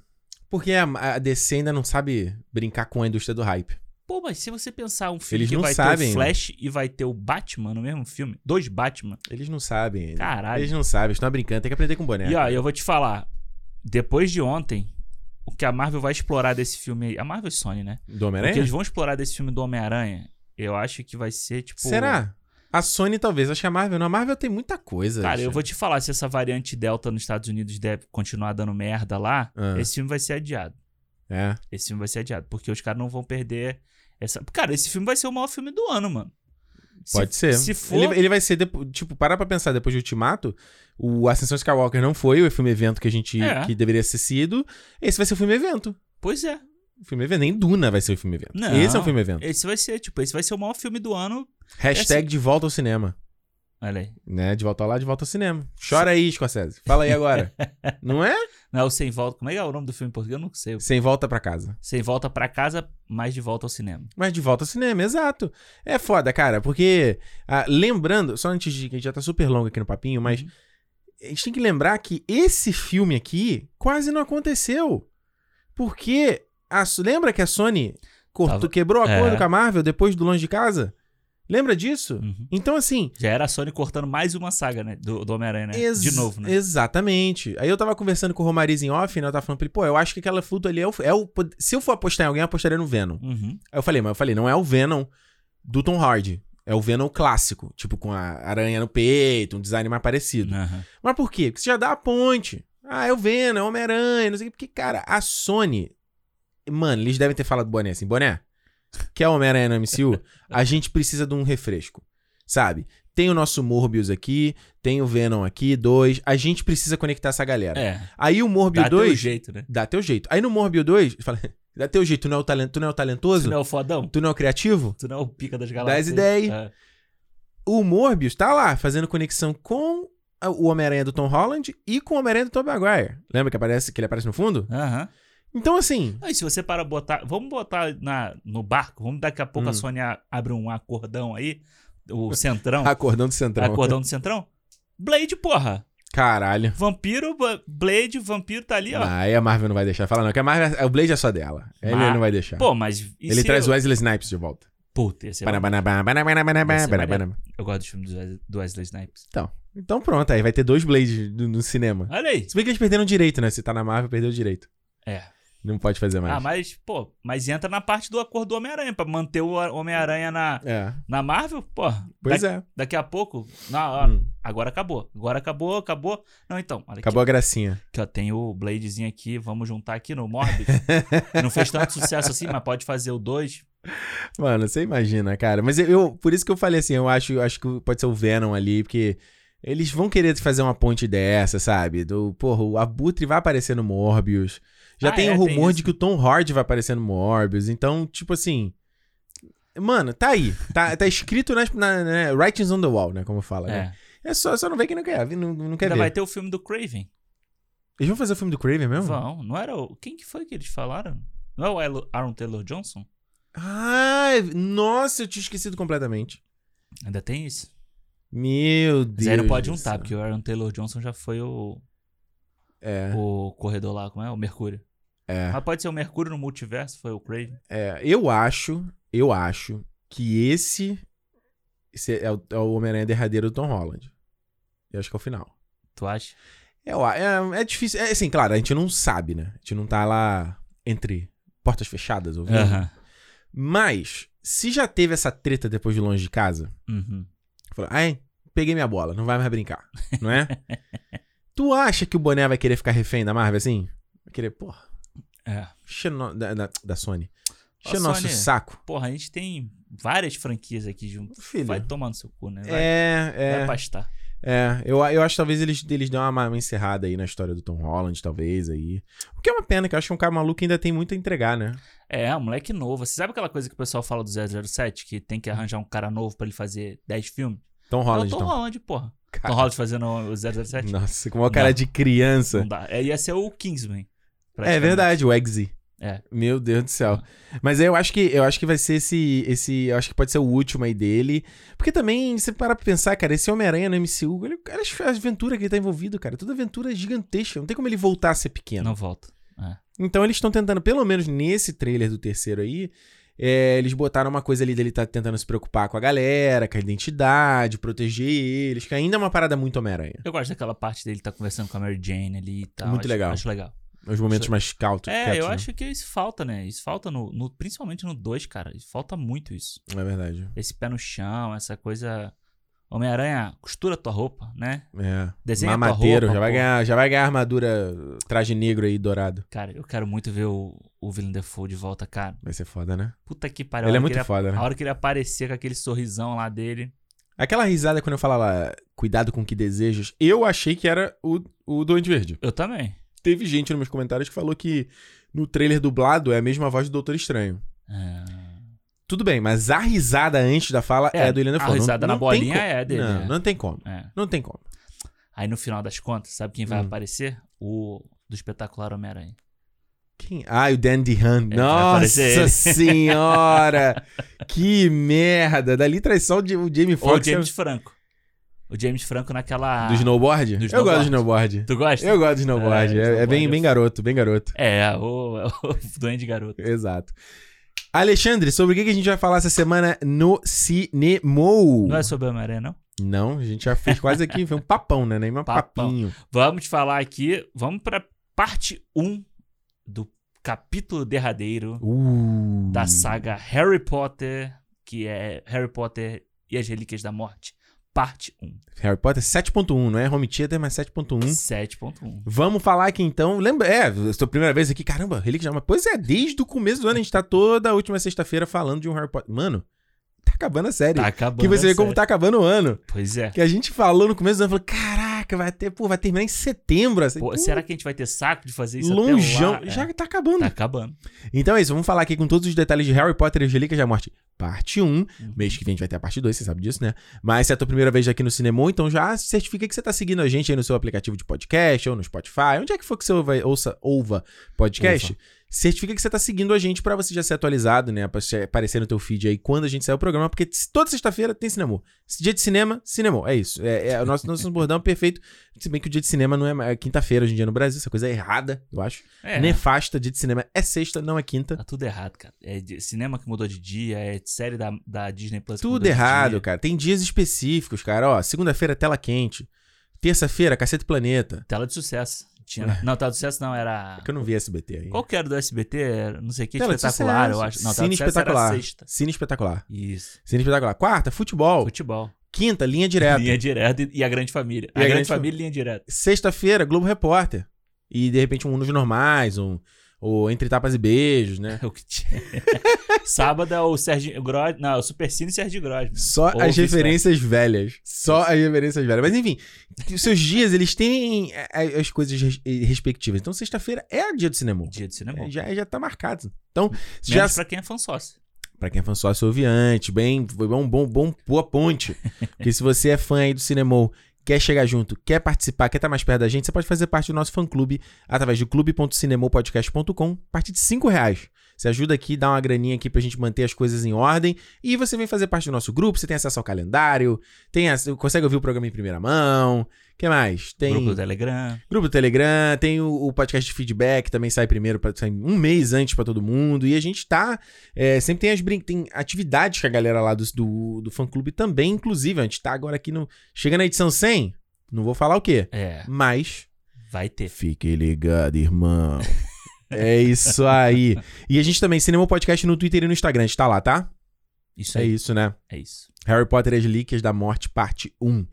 Porque a, a DC ainda não sabe brincar com a indústria do hype.
Pô, mas se você pensar um filme
Eles
que
não
vai
sabem,
ter
né?
o Flash e vai ter o Batman no mesmo filme, dois Batman.
Eles não sabem ainda.
Caralho.
Eles não sabem, estão brincando, tem que aprender com o boné.
E ó, eu vou te falar, depois de ontem, o que a Marvel vai explorar desse filme aí, a Marvel e Sony, né?
Do
O que
Homem-Aranha?
eles vão explorar desse filme do Homem-Aranha, eu acho que vai ser, tipo...
Será? A Sony talvez, acho que a Marvel não. A Marvel tem muita coisa.
Cara,
acho.
eu vou te falar, se essa variante Delta nos Estados Unidos deve continuar dando merda lá,
Ah.
esse filme vai ser adiado.
É.
Esse filme vai ser adiado, porque os caras não vão perder essa... Cara, esse filme vai ser o maior filme do ano, mano. Se-
Pode ser.
Se for...
Ele, ele vai ser, depo- tipo, parar pra pensar, depois de Ultimato, o Ascensão Skywalker não foi o filme evento que a gente,
É.
que deveria ter sido. Esse vai ser o filme evento.
Pois é.
O filme evento, nem Duna vai ser o filme evento.
Não.
Esse é o filme evento.
Esse vai ser, tipo, esse vai ser o maior filme do ano.
Hashtag de volta ao cinema.
Olha aí.
Né? De volta lá, de volta ao cinema. Chora aí, Scorsese. Fala aí agora. não é?
Não, é o Sem Volta. Como é que é o nome do filme em português? Eu não sei.
Sem volta pra casa.
Sem Volta pra Casa, mais de volta ao cinema.
Mas de volta ao cinema, exato. É foda, cara, porque. ah, lembrando, só antes de que a gente já tá super longo aqui no papinho, mas.
Uhum.
A gente tem que lembrar que esse filme aqui quase não aconteceu. Porque. a S- lembra que a Sony cortou,
Tava-
quebrou o
É.
acordo com a Marvel depois do Longe de Casa? Lembra disso?
Uhum.
Então, assim.
Já era a Sony cortando mais uma saga, né? Do, do Homem-Aranha, né?
ex-
De novo, né?
Exatamente. Aí eu tava conversando com o Romariz em off, né? Eu tava falando pra ele, pô, eu acho que aquela fluta ali é o, é o. pod- Se eu for apostar em alguém, eu apostaria no Venom.
Uhum.
Aí eu falei, mas eu falei, não é o Venom do Tom Hardy. É o Venom clássico, tipo com a aranha no peito, um design mais parecido.
Aham.
Mas por quê? Porque você já dá a ponte. Ah, é o Venom, é o Homem-Aranha, não sei o quê. Porque, cara, a Sony. Mano, eles devem ter falado do Boné assim: Boné, quer o Homem-Aranha no MCU? A gente precisa de um refresco. Sabe? Tem o nosso Morbius aqui, tem o Venom aqui, dois. A gente precisa conectar essa galera.
É.
Aí o
Dá
Morbius
teu
2.
jeito, né?
Dá teu jeito. Aí no Morbius 2, fala, dá teu jeito, tu não é o, talen- tu não é o talentoso?
Tu não é o fodão?
Tu não é o criativo?
Tu não é o pica das galáxias?
as ideias.
É.
O Morbius tá lá, fazendo conexão com a- o Homem-Aranha do Tom Holland e com o Homem-Aranha do Tom Maguire. Lembra que, aparece, que ele aparece no fundo?
Aham.
Então, assim,
Aí, se você para botar. Vamos botar na, no barco. Vamos daqui a pouco
Hum.
a Sony a- abre um acordão aí. O Centrão.
acordão do Centrão.
acordão do Centrão. Blade, porra.
Caralho.
Vampiro, ba- Blade, vampiro tá ali, ó.
Ah, aí a Marvel não vai deixar. Fala não, que a Marvel, o Blade é só dela. Ele
Mar-
não vai deixar.
Pô, mas. e
ele
se
traz
eu...
o Wesley Snipes de volta.
Puta, esse é
Bana, bana, bana, bana, bana, bana,
Vai ser
bana,
maneiro.
bana.
Eu gosto dos filmes do Wes- do Wesley Snipes.
Então pronto, aí vai ter dois Blades no, no cinema.
Olha aí.
Se bem que eles perderam o direito, né? Se tá na Marvel, perdeu o direito.
É.
Não pode fazer mais.
Ah, mas, pô, mas entra na parte do acordo do Homem-Aranha, pra manter o Homem-Aranha na,
É,
na Marvel, pô.
pois
da-
é.
Daqui a pouco. Na,
Hum,
Agora acabou. Agora acabou, acabou. Não, então, olha
acabou a gracinha.
aqui, que ó, tem o Bladezinho aqui, vamos juntar aqui no Morbius. Não fez tanto sucesso assim, mas pode fazer o 2.
Mano, você imagina, cara. Mas eu- eu, por isso que eu falei assim, eu acho, eu acho que pode ser o Venom ali, porque eles vão querer fazer uma ponte dessa, sabe? Do, porra, o Abutre vai aparecer no Morbius. Já
Ah,
tem
é,
o
tem
rumor
isso.
de que o Tom Hardy vai aparecer no Morbius. Então, tipo assim. Mano, tá aí. Tá, tá escrito nas, na, na- Writings on the Wall, né? Como fala. né?
É.
É só, só não vê quem não quer, não, não quer
Ainda
ver.
vai ter o filme do Craven.
Eles vão fazer o filme do Craven mesmo?
Vão. Não era o. Quem que foi que eles falaram? Não é o Elo- Aaron Taylor Johnson?
Ah, nossa, eu tinha esquecido completamente.
Ainda tem isso.
Meu Deus.
Mas aí não pode
do
juntar,
céu.
porque o Aaron Taylor Johnson já foi o,
É.
o corredor lá, como é? O Mercúrio.
É.
Mas pode ser o Mercúrio no multiverso, foi o Craven.
É, eu acho, eu acho que esse, esse é o, é o Homem-Aranha derradeiro do Tom Holland. Eu acho que é o final.
Tu acha?
Eu a- É, é difícil. É assim, claro, a gente não sabe, né? A gente não tá lá entre portas fechadas, ouvindo.
Aham.
Mas, se já teve essa treta depois de longe de casa,
Uhum.
falou, ai, peguei minha bola, não vai mais brincar, não é? tu acha que o Boné vai querer ficar refém da Marvel assim? Vai querer, porra,
É.
encher no- da, da, da Sony.
Ó,
Encher o nosso
Sony.
saco.
Porra, a gente tem várias franquias aqui junto.
Filho.
Vai tomar no seu cu, né? Vai,
É, é.
vai pastar.
É, eu, eu acho que talvez eles, eles dão uma, uma encerrada aí na história do Tom Holland, talvez, aí. O que é uma pena, que eu acho que um cara maluco ainda tem muito a entregar, né?
É, um moleque novo. Você sabe aquela coisa que o pessoal fala do 007? Que tem que arranjar um cara novo pra ele fazer 10 filmes?
Tom
É o
Holland,
Tom
então.
Holland, porra.
Cara.
Tom Holland fazendo o 007?
Nossa, com uma cara
Não.
de criança.
Não dá. É, ia ser o Kingsman.
É
praticamente.
verdade, o Eggsy.
É.
Meu Deus do céu. Mas aí eu acho que eu acho que vai ser esse esse, eu acho que pode ser o último aí dele, porque também se parar pra pensar, cara, esse Homem-Aranha no MCU, ele, cara, as as aventuras que ele tá envolvido, cara, toda aventura é gigantesca, não tem como ele voltar a ser pequeno.
Não volta.
Então eles estão tentando, pelo menos nesse trailer do terceiro aí, é, eles botaram uma coisa ali dele tá tentando se preocupar com a galera, com a identidade, proteger eles, que ainda é uma parada muito Homem-Aranha.
Eu gosto daquela parte dele tá conversando com a Mary Jane ali e tal.
Muito
acho,
legal.
Acho legal.
Os momentos mais cautos.
É,
quietos,
eu
né?
acho que isso falta, né? Isso falta no, no- principalmente no 2, cara. Isso Falta muito isso.
É verdade.
Esse pé no chão, essa coisa. Homem-Aranha, costura tua roupa, né?
É.
Desenha tua
Mamateiro,
roupa,
já, vai
pô.
ganhar, já vai ganhar armadura traje negro aí, dourado.
Cara, eu quero muito ver o, o Willem Dafoe de volta, cara.
Vai ser foda, né?
Puta que pariu. a
Ele é
hora que
muito foda, né?
A hora que ele aparecer com aquele sorrisão lá dele.
Aquela risada quando eu falava lá, cuidado com o que desejas, eu achei que era o, o Duende Verde.
Eu também.
Teve gente nos meus comentários que falou que no trailer dublado é a mesma voz do Doutor Estranho.
Ah,
Tudo bem, mas a risada antes da fala é,
É,
do William
a
Dafoe. Não-
risada na
não tem
bolinha
como.
é dele,
Não,
é.
não tem como.
é.
Não tem como.
Aí no final das contas, sabe quem vai
Hum.
aparecer? O do espetacular Homem-Aranha.
Quem? Ah, o Dandy Han.
vai aparecer
Nossa
ele.
senhora! que merda! Dali traz só o Ja- o Jamie
Ou o
Foxx.
James Franco. O James Franco naquela.
Do snowboard?
Do
Eu gosto
snowboard.
do snowboard.
Tu gosta?
Eu gosto de snowboard. É,
É,
é bem,
snowboard.
bem garoto, bem garoto.
É, o, o Duende Garoto.
Exato. Alexandre, sobre o que que a gente vai falar essa semana no Cinemou?
Não é sobre Homem-Aranha, não?
Não, a gente já fez quase aqui, foi um papão, né? Nem um
Papão.
papinho.
Vamos falar aqui. Vamos pra parte 1 do capítulo derradeiro
Uh.
da saga Harry Potter, que é Harry Potter e as Relíquias da Morte, parte 1.
Harry Potter 7.1, não é Home Theater, mas 7.1.
7.1.
Vamos falar aqui então. Lembra, é, sua primeira vez aqui, caramba, Relíquia Mas Pois é, desde o começo do ano a gente tá toda última sexta-feira falando de um Harry Potter. Mano, tá acabando a série.
Tá acabando.
que você vê
a
como
série.
tá acabando o ano.
Pois é.
Que a gente falou no começo do ano, falou, caraca, vai ter, pô, vai terminar em setembro, assim.
Pô,
pô,
será que a gente vai ter saco de fazer isso
longeão.
até lá?
Já
É,
que tá acabando.
tá acabando.
Então é isso, vamos falar aqui com todos os detalhes de Harry Potter e as Relíquias da Morte, parte 1. Mês que vem a gente vai ter a parte 2, você sabe disso, né? Mas se é a tua primeira vez aqui no Cinemon, então já certifica que você tá seguindo a gente aí no seu aplicativo de podcast ou no Spotify, onde é que for que você ouva, ouça, ouva podcast. Certifica que você tá seguindo a gente pra você já ser atualizado, né? Pra você aparecer no teu feed aí quando a gente sair o programa, porque toda sexta-feira tem cinema. Dia de cinema, cinema. É isso. É, é o nosso, nosso bordão perfeito. Se bem que o dia de cinema não é, mais- é quinta-feira hoje em dia no Brasil, essa coisa é errada, eu acho.
É,
Nefasta, dia de cinema é sexta, não é quinta.
tá tudo errado, cara. É de- cinema que mudou de dia, é série da, da Disney Plus que
Tudo
mudou de
errado,
dia.
cara. Tem dias específicos, cara. Ó, segunda-feira, tela quente. Terça-feira, cacete planeta.
Tela de sucesso. Tinha... Não, tela de sucesso não, era...
É que eu não vi SBT aí.
Ah, Qual que era do SBT? Era Não sei o que, é
Tela de
espetacular,
sucesso.
eu acho. Não, tela
Cine
de sucesso era
espetacular.
sexta.
Cine espetacular.
Isso.
Cine espetacular. Quarta, futebol.
Futebol.
Quinta, linha direta.
Linha direta e- e a grande família.
E a
a, grande,
Grande
família e linha direta.
Sexta-feira, Globo Repórter. E de repente um Unos Normais, um. Ou Entre Tapas e Beijos, né?
É o que tinha. Sábado é o Serginho Gros... Não, é o Supercine e Serginho Grosman.
Só
Ou
as
vice-versa.
referências velhas. Só as referências velhas. Mas enfim, os seus dias, eles têm a- a- as coisas res- respectivas. Então, sexta-feira é dia do cinema.
Dia de cinema. Menos
Já, já tá marcado. Então, se já
pra quem é fã sócio.
Pra quem é fã sócio ouve antes, bem, foi bom, bom, bom, boa ponte. Porque se você é fã aí do Cinemol, quer chegar junto, quer participar, quer estar mais perto da gente, você pode fazer parte do nosso fã-clube através do clube.cinemopodcast.com, a partir de 5 reais. Você ajuda aqui, dá uma graninha aqui pra gente manter as coisas em ordem. E você vem fazer parte do nosso grupo, você tem acesso ao calendário, tem ac- consegue ouvir o programa em primeira mão. que mais? Tem
Grupo do Telegram.
Grupo do Telegram, tem o, o podcast de feedback, também sai primeiro, pra, sai um mês antes pra todo mundo. E a gente tá. é, sempre tem as brin tem atividades com a galera lá do, do, do fã-clube também, inclusive. A gente tá agora aqui no. Chega na edição 100, não vou falar o quê,
É,
mas.
vai ter.
Fique ligado, irmão. É isso aí. E a gente também, Cinema Podcast no Twitter e no Instagram, a gente tá lá, tá?
Isso
É
aí.
isso, né?
É isso.
Harry Potter e as Relíquias da Morte, parte 1.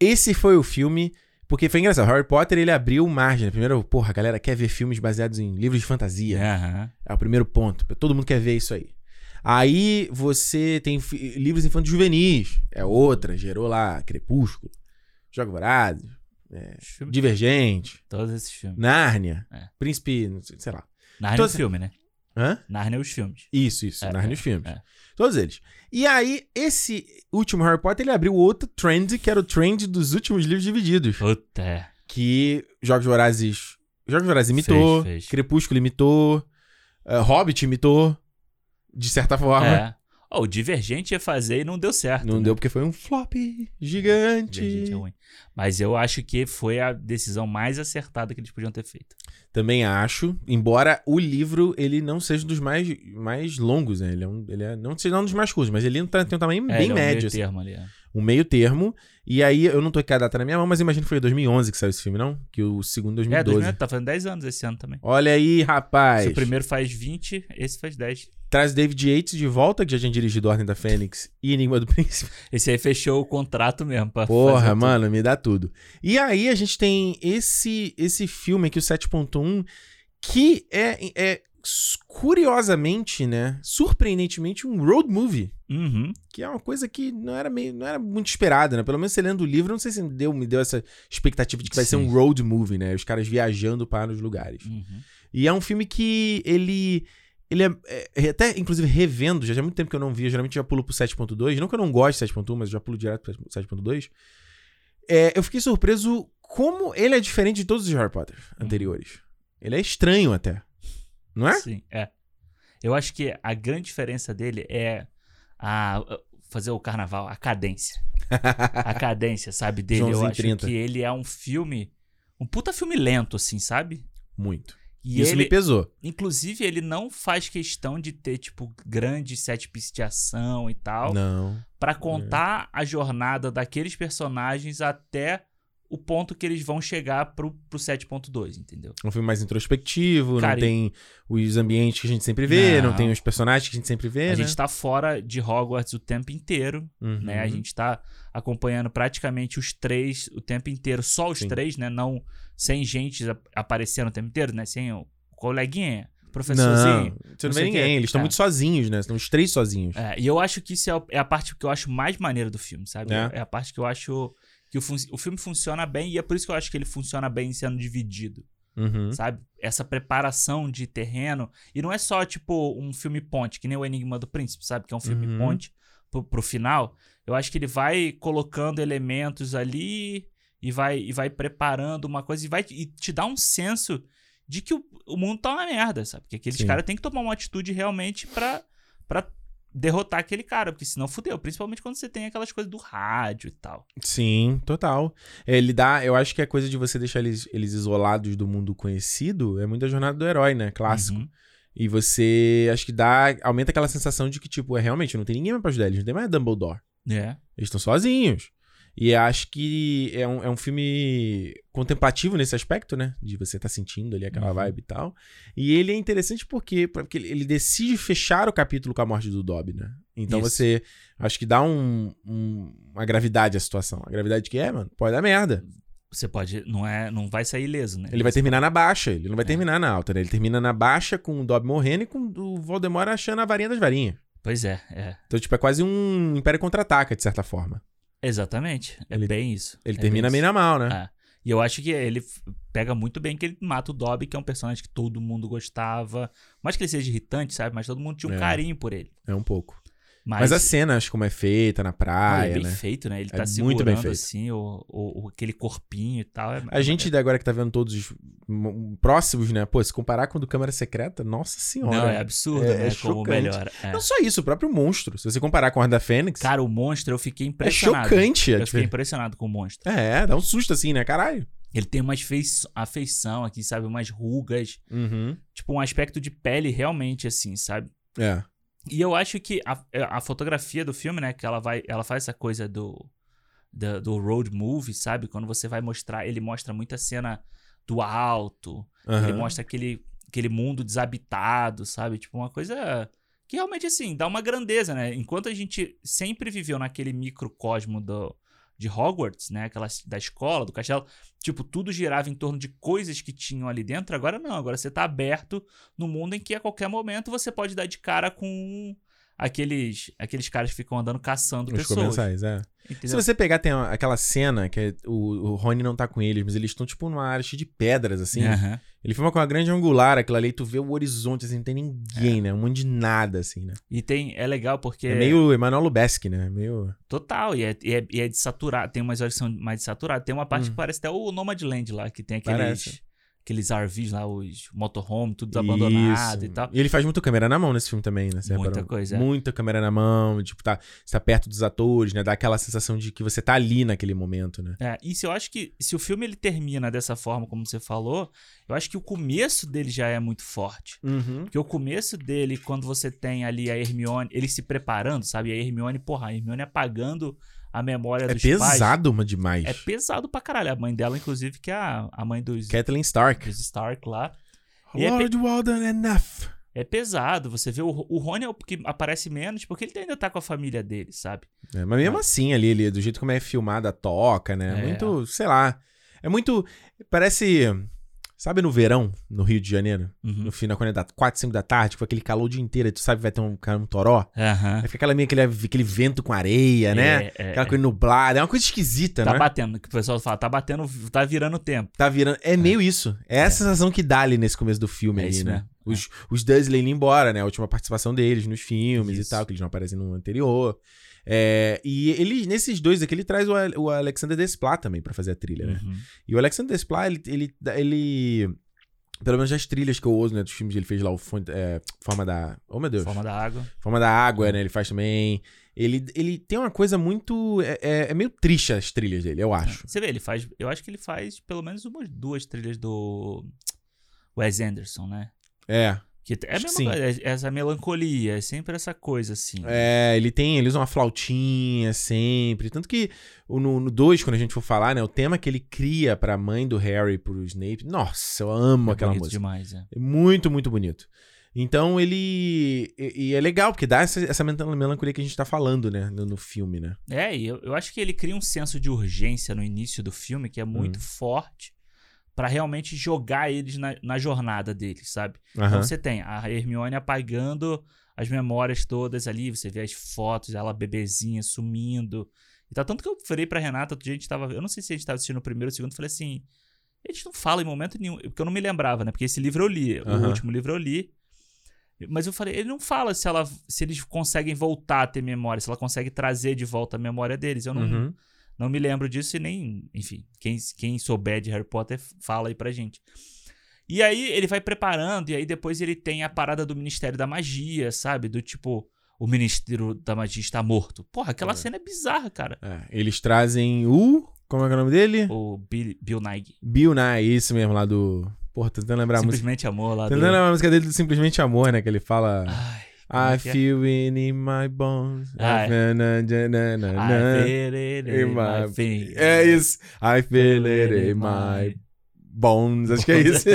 Esse foi o filme, porque foi engraçado. Harry Potter, ele abriu margem. né? Primeiro, porra, a galera quer ver filmes baseados em livros de fantasia.
Aham.
É o primeiro ponto. Todo mundo quer ver isso aí. Aí você tem fi- livros infantos juvenis. É outra, gerou lá Crepúsculo. Jogos Vorazes, É.
Os filmes-
Divergente,
Todos esses filmes.
Nárnia,
É.
Príncipe, não sei- sei lá.
Narnia é
Todos-
o filme, né?
Hã?
Narnia é os filmes.
Isso, isso,
É,
Narnia
é,
os filmes.
é.
Todos eles. E aí, esse último Harry Potter, ele abriu outro trend, que era o trend dos últimos livros divididos.
Puta, é.
Que Jogos Vorazes... Jogos Vorazes imitou,
Fez, fez.
Crepúsculo imitou, eh, Hobbit imitou, de certa forma.
é. Ó, o Divergente ia fazer e não deu certo.
Não
né?
deu porque foi um flop
Divergente
gigante.
é ruim. Mas eu acho que foi a decisão mais acertada que eles podiam ter feito.
Também acho, embora o livro ele não seja um dos mais, mais longos, né? Ele é, um, ele é não seja um dos mais curtos, mas ele tá- tem um tamanho
É,
bem
ele é um meio
médio, assim.
termo ali. é.
um meio termo. E aí, eu não tô com a data na minha mão, mas imagino que foi em 2011 que saiu esse filme, não? Que o segundo em
É,
2012.
2000, tá fazendo 10 anos esse ano também.
Olha aí, rapaz.
Se o primeiro faz 20, esse faz 10.
Traz David Yates de volta, que já tinha dirigido Ordem da Fênix e Enigma do Príncipe.
Esse aí fechou o contrato mesmo. Pra fazer
Porra,
Tá tudo.
mano, me dá tudo. E aí, a gente tem esse esse filme aqui, o 7.1, que é, é curiosamente, né? Surpreendentemente, um road movie.
Uhum.
Que é uma coisa que não era, meio, não era muito esperada, né? Pelo menos você lendo o livro, não sei se me deu, me deu essa expectativa de que vai ser um
Sim.
road movie, né? Os caras viajando para os lugares.
uhum.
E é um filme que ele. Ele é, é- Até, inclusive, revendo, já há muito tempo que eu não vi, eu geralmente já pulo pro 7.2. Não que eu não goste de 7.1, mas eu já pulo direto pro 7.2. É, eu fiquei surpreso como ele é diferente de todos os Harry Potter anteriores. Ele é estranho até. Não é?
Sim, é. Eu acho que a grande diferença dele é a fazer o carnaval, a cadência. A cadência, sabe, dele. Eu
Joãozinho
acho
30.
que ele é um filme, um puta filme lento, assim, sabe?
Muito.
E
Isso
ele,
me pesou.
inclusive, ele não faz questão de ter, tipo, grandes set piece de ação e tal.
Não.
Pra contar a jornada daqueles personagens até o ponto que eles vão chegar pro, pro 7.2, entendeu?
É um filme mais introspectivo,
Cara,
não
e-
tem os ambientes que a gente sempre vê, não,
Não.
tem os personagens que a gente sempre vê, né?
a gente tá fora de Hogwarts o tempo inteiro,
Uhum.
né? A gente tá acompanhando praticamente os três o tempo inteiro, só os
Sim.
três, né? Não sem gente a- aparecendo o tempo inteiro, né? Sem o coleguinha,
Não, você não,
professorzinho. tá não
vê
sei o quê.
ninguém. Eles estão
É.
muito sozinhos, né? Estão os três sozinhos.
É, e eu acho que isso é, o- é a parte que eu acho mais maneira do filme, sabe?
É.
É, a parte que eu acho que o, fun- o filme funciona bem e é por isso que eu acho que ele funciona bem sendo dividido,
Uhum.
sabe? Essa preparação de terreno. E não é só, tipo, um filme ponte, que nem o Enigma do Príncipe, sabe? Que é um filme
Uhum.
ponte pro, pro final. Eu acho que ele vai colocando elementos ali e vai, e vai preparando uma coisa e vai e te dá um senso de que o, o mundo tá uma merda, sabe? Que aqueles
Sim.
caras têm que tomar uma atitude realmente pra, pra derrotar aquele cara, porque senão fudeu. Principalmente quando você tem aquelas coisas do rádio e tal.
Sim, total. É, Ele dá, eu acho que a coisa de você deixar eles, eles isolados do mundo conhecido é muito a jornada do herói, né? Clássico.
Uhum.
E você, acho que dá, aumenta aquela sensação de que, tipo, é realmente, não tem ninguém mais pra ajudar eles, não tem mais Dumbledore.
É.
Eles estão sozinhos. E acho que é um, é um filme contemplativo nesse aspecto, né? De você estar sentindo ali aquela
Uhum.
vibe e tal. E ele é interessante porque, porque ele- ele decide fechar o capítulo com a morte do Dobby, né? Então
Isso.
você. Acho que dá um, um- uma gravidade à situação. A gravidade que é, mano, pode dar merda.
Você pode. Não, é, não vai sair ileso, né?
Ele vai terminar na baixa, ele não vai
É.
terminar na alta, né? Ele termina na baixa com o Dobby morrendo e com o Voldemort achando a varinha das varinhas.
Pois é, é.
Então, tipo, é quase um Império Contra-Ataca, de certa forma.
Exatamente. É
Ele-
bem isso.
Ele
É
termina
bem
meio
isso.
na mal, né?
É. E eu acho que ele f- pega muito bem que ele mata o Dobby, que é um personagem que todo mundo gostava. Por Mais que ele seja irritante, sabe? Mas todo mundo tinha um
É.
carinho por ele.
É um pouco.
Mas,
Mas a cena, acho como é feita na
Ah, é
praia,
bem
né?
feito, né? Ele
É
tá segurando
muito bem feito.
assim o, o- o- aquele corpinho e tal. É-
A gente agora que tá vendo todos os m- próximos, né? Pô, se comparar com o do Câmara Secreta, nossa senhora.
Não, é absurdo,
É-
né?
é
Como
chocante.
melhora. É.
Não só isso, o próprio monstro. Se você comparar com a da Fênix,
Cara, o monstro, eu fiquei
é
impressionado.
chocante. É,
Eu fiquei
tipo-
impressionado com o monstro.
é, dá um susto assim, né? Caralho.
Ele tem umas feiço- afeição aqui, sabe? Umas rugas.
Uhum.
Tipo, um aspecto de pele realmente, assim, sabe?
É.
E eu acho que a, é, a fotografia do filme, né? Que ela vai, ela faz essa coisa do, da- do, road movie, sabe? Quando você vai mostrar, ele mostra muita cena do alto, ele
Aham.
mostra aquele, aquele mundo desabitado, sabe? Tipo, uma coisa que realmente, assim, dá uma grandeza, né? Enquanto a gente sempre viveu naquele microcosmo do, de Hogwarts, né? Aquela, ci- da escola, do castelo, tipo, tudo girava em torno de coisas que tinham ali dentro. Agora não, agora você tá aberto no mundo em que a qualquer momento você pode dar de cara com aqueles, aqueles caras que ficam andando caçando
Os
pessoas.
comensais, é. Se
Entendeu?
você pegar, tem a- aquela cena que é- o, o Rony não tá com eles, mas eles estão, tipo, numa área cheia de pedras, assim.
Aham.
Ele filma com uma grande angular, aquilo ali, tu vê o horizonte, assim, não tem
É.
ninguém, né? Um monte de nada, assim, né?
E tem, é legal porque.
É, meio Emanuel Lubezki, né? Meio...
Total, e é, e é, e é de saturar. Tem umas horas que são mais de saturar. Tem uma parte
Hum.
que parece até o Nomadland lá, que tem
Parece.
aqueles, aqueles RVs lá, os motorhome, tudo abandonado e
Isso.
tal.
ele faz muita câmera na mão nesse filme também, né? Você
Muita
reparou?
coisa, é.
Muita câmera na mão, tipo, tá, você tá perto dos atores, né? Dá aquela sensação de que você tá ali naquele momento, né?
É, isso eu acho que se o filme ele termina dessa forma, como você falou, eu acho que o começo dele já é muito forte.
Uhum.
Porque o começo dele, quando você tem ali a Hermione, ele se preparando, sabe? E a Hermione, porra, a Hermione apagando a memória
É
dos pais.
pesado, mas demais.
É pesado pra caralho. A mãe dela, inclusive, que é a, a mãe dos,
Kathleen Stark.
dos Stark lá. E é pe-
Lord Walden enough.
É pesado. Você vê o, o Rony é o que aparece menos, porque ele ainda tá com a família dele, sabe?
É, mas mesmo assim, ali, ali, do jeito como é filmada a toca, né?
É.
Muito, sei lá. É muito. Parece. Sabe no verão, no Rio de Janeiro?
Hum.
No final, quando é da 4, 5 da tarde, com aquele calor o dia inteiro, tu sabe que vai ter um, um toró?
Aham.
Aí fica É aquela meio aquele, aquele vento com areia, né?
É, é,
Aquela coisa nublada, é uma coisa esquisita,
tá
né?
batendo, que o pessoal fala, tá batendo, tá virando o tempo.
Tá virando. É meio isso. É, a sensação que dá ali nesse começo do filme
É
ali,
isso
né?
mesmo.
Os, os Dursley indo embora, né? A última participação deles nos filmes e
Isso.
tal, que eles não aparecem no anterior. É, e ele, nesses dois aqui, ele traz o, Ale- o Alexander Desplat também pra fazer a trilha, né?
Uhum.
E o Alexander Desplat, ele, ele, ele- Pelo menos as trilhas que eu uso, né? Dos filmes que ele fez lá, o Fonte- é, Forma da. Oh, meu Deus.
Forma da água.
Forma da
É.
Água, né? Ele faz também. Ele, ele tem uma coisa muito. É, é- é meio triste as trilhas dele, eu acho.
Você vê, ele faz. Eu acho que ele faz pelo menos umas duas trilhas do Wes Anderson, né?
É.
Que é a
Acho que
mesma
sim.
coisa, é essa melancolia, é sempre essa coisa assim.
É, ele tem. Ele usa uma flautinha sempre. Tanto que o- no 2, quando a gente for falar, né? O tema que ele cria pra mãe do Harry, pro Snape. Nossa, eu amo
É
aquela
bonito
música.
demais, é.
É muito, muito bonito. Então ele. E, e é legal, porque dá essa, essa mental- melancolia que a gente tá falando, né? No, no filme, né?
É, e eu, eu acho que ele cria um senso de urgência no início do filme que é muito forte pra realmente jogar eles na, na jornada deles, sabe?
Aham.
Então você tem a Hermione apagando as memórias todas ali, você vê as fotos, ela bebezinha sumindo. E tá tanto que eu falei pra Renata, outro dia a gente tava, eu não sei se a gente tava assistindo o primeiro ou o segundo, eu falei assim, eles não falam em momento nenhum, porque eu não me lembrava, né? Porque esse livro eu li,
Aham.
o último livro eu li. Mas eu falei, ele não fala se ela se eles conseguem voltar a ter memória, se ela consegue trazer de volta a memória deles. Eu não,
Uhum.
não me lembro disso e nem. Enfim, quem, quem souber de Harry Potter, fala aí pra gente. E aí ele vai preparando, e aí depois ele tem a parada do Ministério da Magia, sabe? Do tipo, o Ministério da Magia está morto. Porra, aquela
É.
cena é bizarra, cara.
É, eles trazem o. Como é que é o nome dele?
O Bill, Bill Nighy.
Bill Nye, isso mesmo, lá do. Porra, tô tentando lembrar a música. né?
Simplesmente amor lá. Do...
Tentando lembrar a música dele do Simplesmente Amor, né? Que ele fala.
Ai, como
I
é que é?
feel it in my bones.
Ah,
I feel it in my-
I feel it in
né? my-
my fingers.
É isso. I feel it in my bones. Acho que é isso.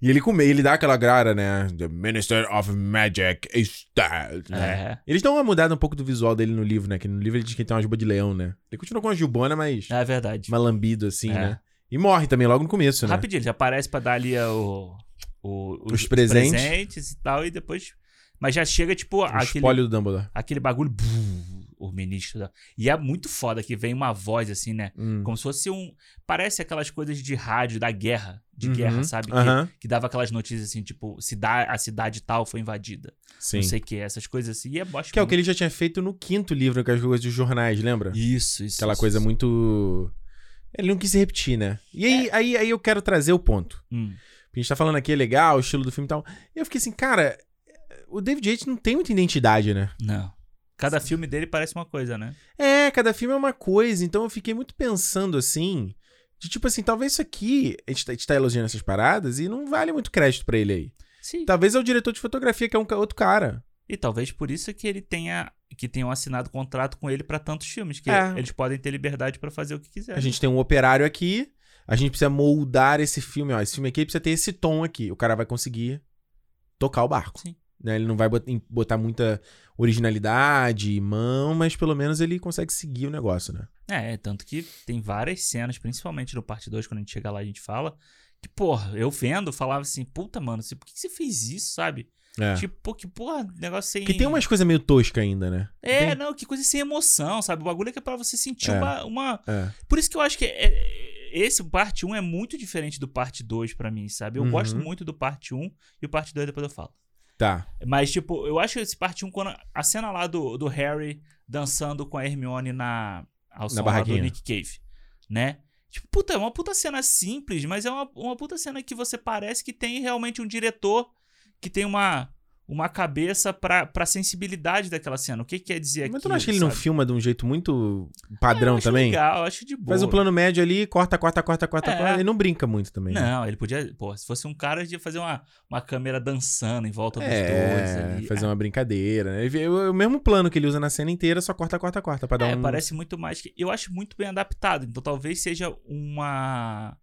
e ele come, ele dá aquela grara, né? The Minister of Magic is dead. né?
É.
Eles dão uma mudada um pouco do visual dele no livro, né? Que no livro ele diz que ele tem uma juba de leão, né? Ele continua com uma gilbona, mas
É verdade.
malambido, assim,
É.
né? E morre também logo no começo, né?
Rapidinho, ele já aparece pra dar ali o, o-
Os presentes. Um
presentes e tal, e depois. Mas já chega, tipo,
O
aquele,
espólio do Dumbledore.
aquele bagulho. bum, o ministro. da- E é muito foda que vem uma voz assim, né?
Hum.
Como se fosse um. Parece aquelas coisas de rádio da guerra, de
Uhum.
guerra, sabe? Que,
Aham.
que dava aquelas notícias assim, tipo, cida- a cidade tal foi invadida.
Sim.
Não sei o que, essas coisas assim. E é acho
Que é o que ele já tinha feito no quinto livro, que é as coisas dos jornais, lembra?
Isso, isso.
Aquela
isso,
coisa
isso.
muito. Ele não quis se repetir, né? E aí,
É.
aí, aí eu quero trazer o ponto.
Hum.
A gente tá falando aqui, é legal, o estilo do filme e tal. E eu fiquei assim, cara, o David Yates não tem muita identidade, né?
Não. Cada filme dele parece uma coisa, né?
É, cada filme é uma coisa, então eu fiquei muito pensando assim. De tipo assim, talvez isso aqui, a gente tá, a gente tá elogiando essas paradas e não vale muito crédito pra ele aí.
Sim.
Talvez é o diretor de fotografia, que é um ca- outro cara.
E talvez por isso que ele tenha que tenham assinado contrato com ele pra tantos filmes, que
É.
eles podem ter liberdade pra fazer o que quiser.
A gente tem um operário aqui, a gente precisa moldar esse filme, ó. Esse filme aqui precisa ter esse tom aqui. O cara vai conseguir tocar o barco.
Sim.
Né? Ele não vai bot- em- botar muita originalidade, mão, mas pelo menos ele consegue seguir o negócio, né?
É, é, tanto que tem várias cenas, principalmente no parte 2, quando a gente chegar lá a gente fala, que porra, eu vendo, falava assim, puta mano, você- por que que você fez isso, sabe?
É.
Tipo, assim, que porra, negócio sem.
Que tem umas coisas meio tosca ainda, né?
É,
Tem-
não, que coisa sem emoção, sabe? O bagulho é que é pra você sentir
É.
uma, uma-
É.
Por isso que eu acho que é- é- esse parte 1 é muito diferente do parte 2 pra mim, sabe? Eu
Uhum.
gosto muito do parte 1 e o parte 2 depois eu falo.
Tá.
Mas, tipo, eu acho esse parte 1 quando a cena lá do, do Harry dançando com a Hermione na, ao som lá do
barraquinha.
Nick Cave, né? Tipo, puta, é uma puta cena simples, mas é uma, uma puta cena que você parece que tem realmente um diretor que tem uma, uma cabeça pra, pra sensibilidade daquela cena. O que, que quer dizer aqui?
Mas tu não acha que ele não filma de um jeito muito padrão
eu acho
também?
Legal, eu acho de boa.
Faz o plano médio ali, corta, corta, corta, corta,
É.
corta. Ele não brinca muito também. né?
Não, ele podia. Pô, se fosse um cara, ele ia fazer uma, uma câmera dançando em volta dos dois
É,
ali.
fazer uma brincadeira. né? Ele vê- O o mesmo plano que ele usa na cena inteira, só corta, corta, corta pra dar
É,
um...
parece muito mais que. Eu acho muito bem adaptado. Então talvez seja uma.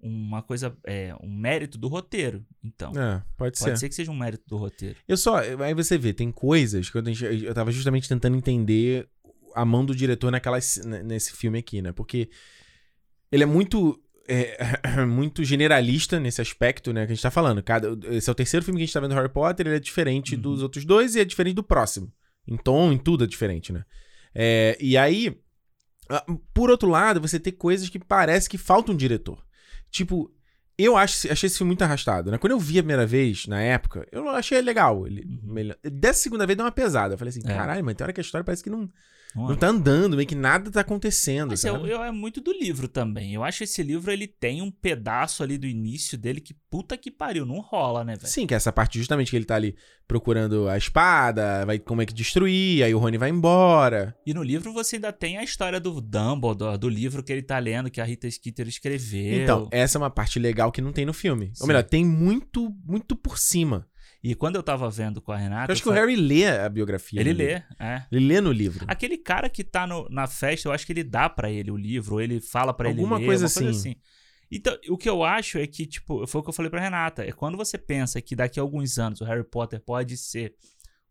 Uma coisa. É, um mérito do roteiro. Então.
É, pode,
Pode
ser.
ser que seja um mérito do roteiro.
Eu só... Aí você vê, tem coisas que eu, tenho- eu tava justamente tentando entender a mão do diretor naquelas, n- nesse filme aqui, né? Porque ele é muito... é, muito generalista nesse aspecto, né? Que a gente tá falando. Cada, esse é o terceiro filme que a gente tá vendo Harry Potter, ele é diferente
Uhum.
dos outros dois e é diferente do próximo. Em tom, em tudo é diferente, né? É, e aí, ah, por outro lado, você tem coisas que parece que falta um diretor. Tipo, eu acho, achei esse filme muito arrastado, né? Quando eu vi a primeira vez, na época, eu achei legal. Ele,
Uhum.
melhor- Dessa segunda vez deu uma pesada. Eu falei assim,
É.
caralho, mas tem hora que a história parece que não,
Não é?
não tá andando, meio que nada tá acontecendo,
Mas
sabe?
eu, eu é muito do livro também. Eu acho que esse livro ele tem um pedaço ali do início dele que puta que pariu, não rola, né, velho?
Sim, que é essa parte justamente que ele tá ali procurando a espada, vai como é que destruir, aí o Rony vai embora.
E no livro você ainda tem a história do Dumbledore, do livro que ele tá lendo, que a Rita Skeeter escreveu.
Então, essa é uma parte legal que não tem no filme.
Sim.
Ou melhor, tem muito, muito por cima.
E quando eu tava vendo com a Renata.
Eu acho que
eu
o
falei-
Harry lê a biografia.
Ele
no livro.
lê, é.
Ele lê no livro.
Aquele cara que tá no- na festa, eu acho que ele dá pra ele o livro, ou ele fala pra ele
Alguma
ler,
coisa
uma coisa
assim.
assim. Então, o que eu acho é que, tipo, foi o que eu falei pra Renata, é quando você pensa que daqui a alguns anos o Harry Potter pode ser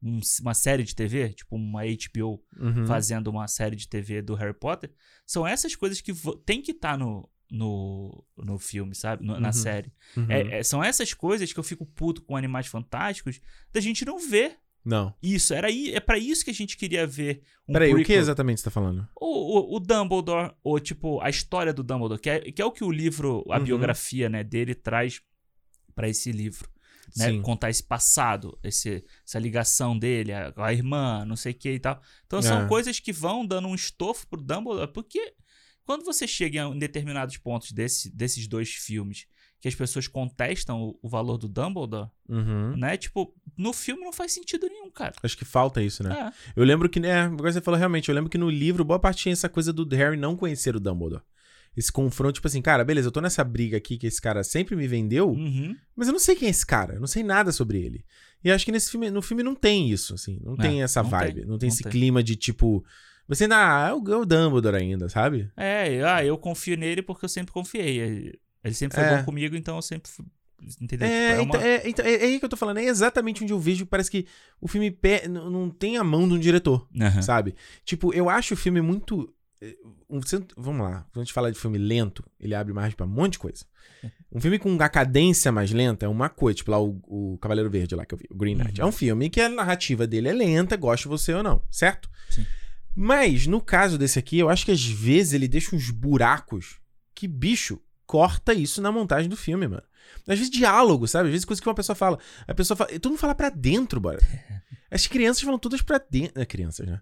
um- uma série de TV, tipo uma HBO
Uhum.
fazendo uma série de TV do Harry Potter, são essas coisas que vo- tem que estar no, no, no filme, sabe? No-
Uhum.
Na série.
Uhum.
É- é- são essas coisas que eu fico puto com Animais Fantásticos da gente não ver.
Não.
Isso, era aí, é pra isso que a gente queria ver um
Peraí, o que
prequel.
exatamente você tá falando?
O, o- o Dumbledore, ou tipo, a história do Dumbledore, que é, que é o que o livro, a
Uhum.
biografia né, dele traz pra esse livro. Né?
Sim.
Contar esse passado, esse- essa ligação dele, a, a irmã, não sei o que e tal. Então
É.
são coisas que vão dando um estofo pro Dumbledore, porque quando você chega em determinados pontos desse- desses dois filmes que as pessoas contestam o, o valor do Dumbledore,
Uhum.
né? Tipo, no filme não faz sentido nenhum, cara.
Acho que falta isso, né?
É.
Eu lembro que, né? Agora você falou realmente, eu lembro que no livro, boa parte tinha essa coisa do Harry não conhecer o Dumbledore. Esse confronto, tipo assim, cara, beleza, eu tô nessa briga aqui que esse cara sempre me vendeu,
Uhum.
mas eu não sei quem é esse cara, eu não sei nada sobre ele. E acho que nesse filme, no filme não tem isso, assim, não
É,
tem essa
não
vibe,
tem,
não tem
não
esse
tem.
clima de tipo, você ainda, ah, é o é o Dumbledore ainda, sabe?
É, eu- ah, eu confio nele porque eu sempre confiei. Ele- Ele sempre foi
É.
bom comigo, então eu sempre fui. Entendeu?
É,
Tipo,
então,
uma-
é, então, é- é aí que eu tô falando, é exatamente onde eu vejo, que parece que o filme pe- n- não tem a mão de um diretor.
Aham.
sabe? Tipo, eu acho o filme muito. eh, Um, cento- vamos lá, quando a gente fala de filme lento, ele abre margem pra um monte de coisa. Um filme com a cadência mais lenta é uma coisa, tipo lá o, o Cavaleiro Verde lá que eu vi, o Green Knight. É um filme que a narrativa dele é lenta, goste você ou não, certo?
Sim.
Mas no caso desse aqui, eu acho que às vezes ele deixa uns buracos que bicho corta isso na montagem do filme, mano. Às vezes diálogo, sabe? Às vezes coisa que uma pessoa fala, a pessoa fala, e todo mundo fala pra dentro, bora. As crianças falam todas pra dentro, é, crianças, né?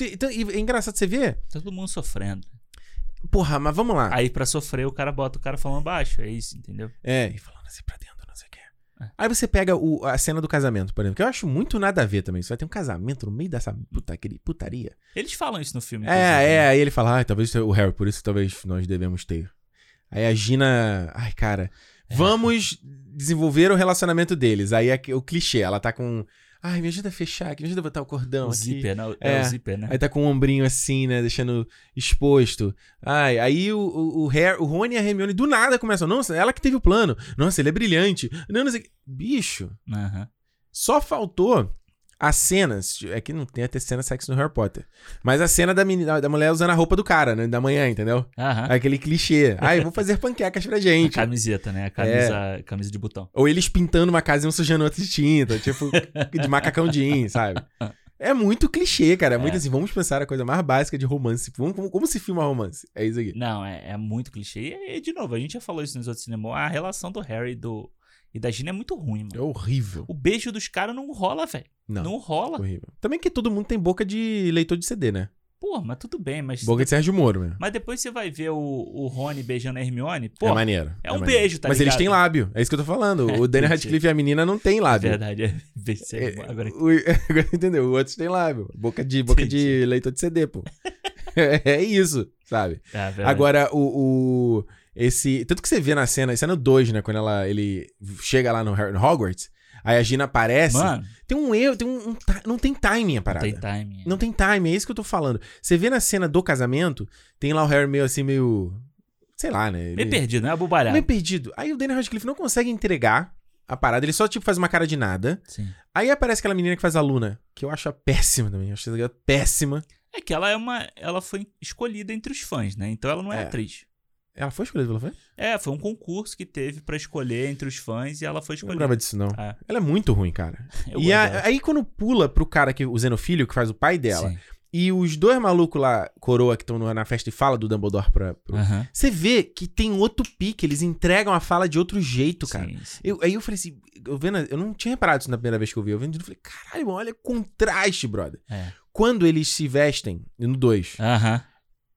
Então, e é engraçado você ver.
Tá todo mundo sofrendo.
Porra, mas vamos lá.
Aí pra sofrer, o cara bota o cara falando baixo. É isso, entendeu?
É, e falando assim pra dentro, não sei o quê.
É.
Aí você pega o- a cena do casamento, por exemplo, que eu acho muito nada a ver também. Você vai ter um casamento no meio dessa puta, aquele putaria.
Eles falam isso no filme. né?
É, é, aí ele fala, ah, talvez o Harry, por isso talvez nós devemos ter. Aí a Gina, ai cara,
É.
vamos desenvolver o relacionamento deles. Aí é que- o clichê, ela tá com, ai me ajuda a fechar aqui, me ajuda a botar o cordão
O
aqui.
zíper, né? É,
É.
o zíper, né?
Aí tá com o ombrinho assim, né? Deixando exposto. Ai, aí o, o, o, Harry- o Rony e a Hermione do nada começam. Nossa, ela que teve o plano. Nossa, ele é brilhante. Não, não sei. o quê." Bicho,
Aham.
só faltou a cena. É que não tem até cena sexo no Harry Potter. Mas a cena da, menina, da mulher usando a roupa do cara, né? Da manhã, entendeu?
Aham.
Aquele clichê. Ai, vou fazer panquecas pra
A
gente. É.
camiseta, né? A camisa, camisa de botão.
Ou eles pintando uma casa e um sujando outra de tinta, tipo, de macacão jeans, sabe? É muito clichê, cara. É muito
É.
assim, vamos pensar a coisa mais básica de romance. Vamos, como, como se filma romance? É isso aqui.
Não, é, é muito clichê. E, e, de novo, a gente já falou isso nos outros cinemas. A relação do Harry e do, e da Gina é muito ruim,
É
mano.
horrível.
O beijo dos caras não rola, velho.
Não,
Não rola.
horrível. Também que todo mundo tem boca de leitor de CD, né?
Pô, mas tudo bem, mas.
Boca de Sérgio Moro, né?
Mas depois você vai ver o, o Rony beijando a Hermione. Pô,
É maneiro.
é um
maneiro.
beijo, tá
Mas eles
ligado?
têm lábio. É isso que eu tô falando. O Daniel Radcliffe e a menina não tem
é
lábio.
verdade. É, beijo sem-
É,
agora
o- agora entendeu? O outro tem lábio. Boca de, boca de
Entendi.
leitor de CD, pô. é isso, sabe?
é verdade.
Agora, o, o- Esse. Tanto que você vê na cena, isso é no 2, né? Quando ela, ele chega lá no, Har- no Hogwarts, aí a Gina aparece.
Mano,
Tem um erro, tem um. um ti- não tem timing a
não
parada.
tem timing.
Não tem time, é isso que eu tô falando. Você vê na cena do casamento, tem lá o Harry meio assim, meio. Sei lá, né?
Meio
ele-
perdido, né? Abobalhado.
meio perdido. Aí o Daniel Radcliffe não consegue entregar a parada, ele só, tipo, faz uma cara de nada.
Sim.
Aí aparece aquela menina que faz a Luna, que eu acho a péssima também. Eu acho essa garota péssima.
É que ela é uma. Ela foi escolhida entre os fãs, né? Então ela não é,
É.
atriz.
Ela foi escolhida pelo fã?
É, foi um concurso que teve pra escolher entre os fãs e ela foi
Não
escolhida.
lembrava disso, não.
É.
Ela é muito ruim, cara.
Eu
Um e
gosto
a- é
dela.
aí quando pula pro cara que o Xenofilho, que faz o pai dela,
Sim.
e os dois malucos lá, coroa, que estão na festa e fala do Dumbledore pra. pro-
Aham.
Você vê que tem outro pique, eles entregam a fala de outro jeito, cara.
Sim, sim.
Eu- aí eu falei assim, eu, vendo, eu não tinha reparado isso na primeira vez que eu vi. Eu vendo, eu falei, caralho, olha o contraste, brother.
É.
Quando eles se vestem, no 2,
Aham.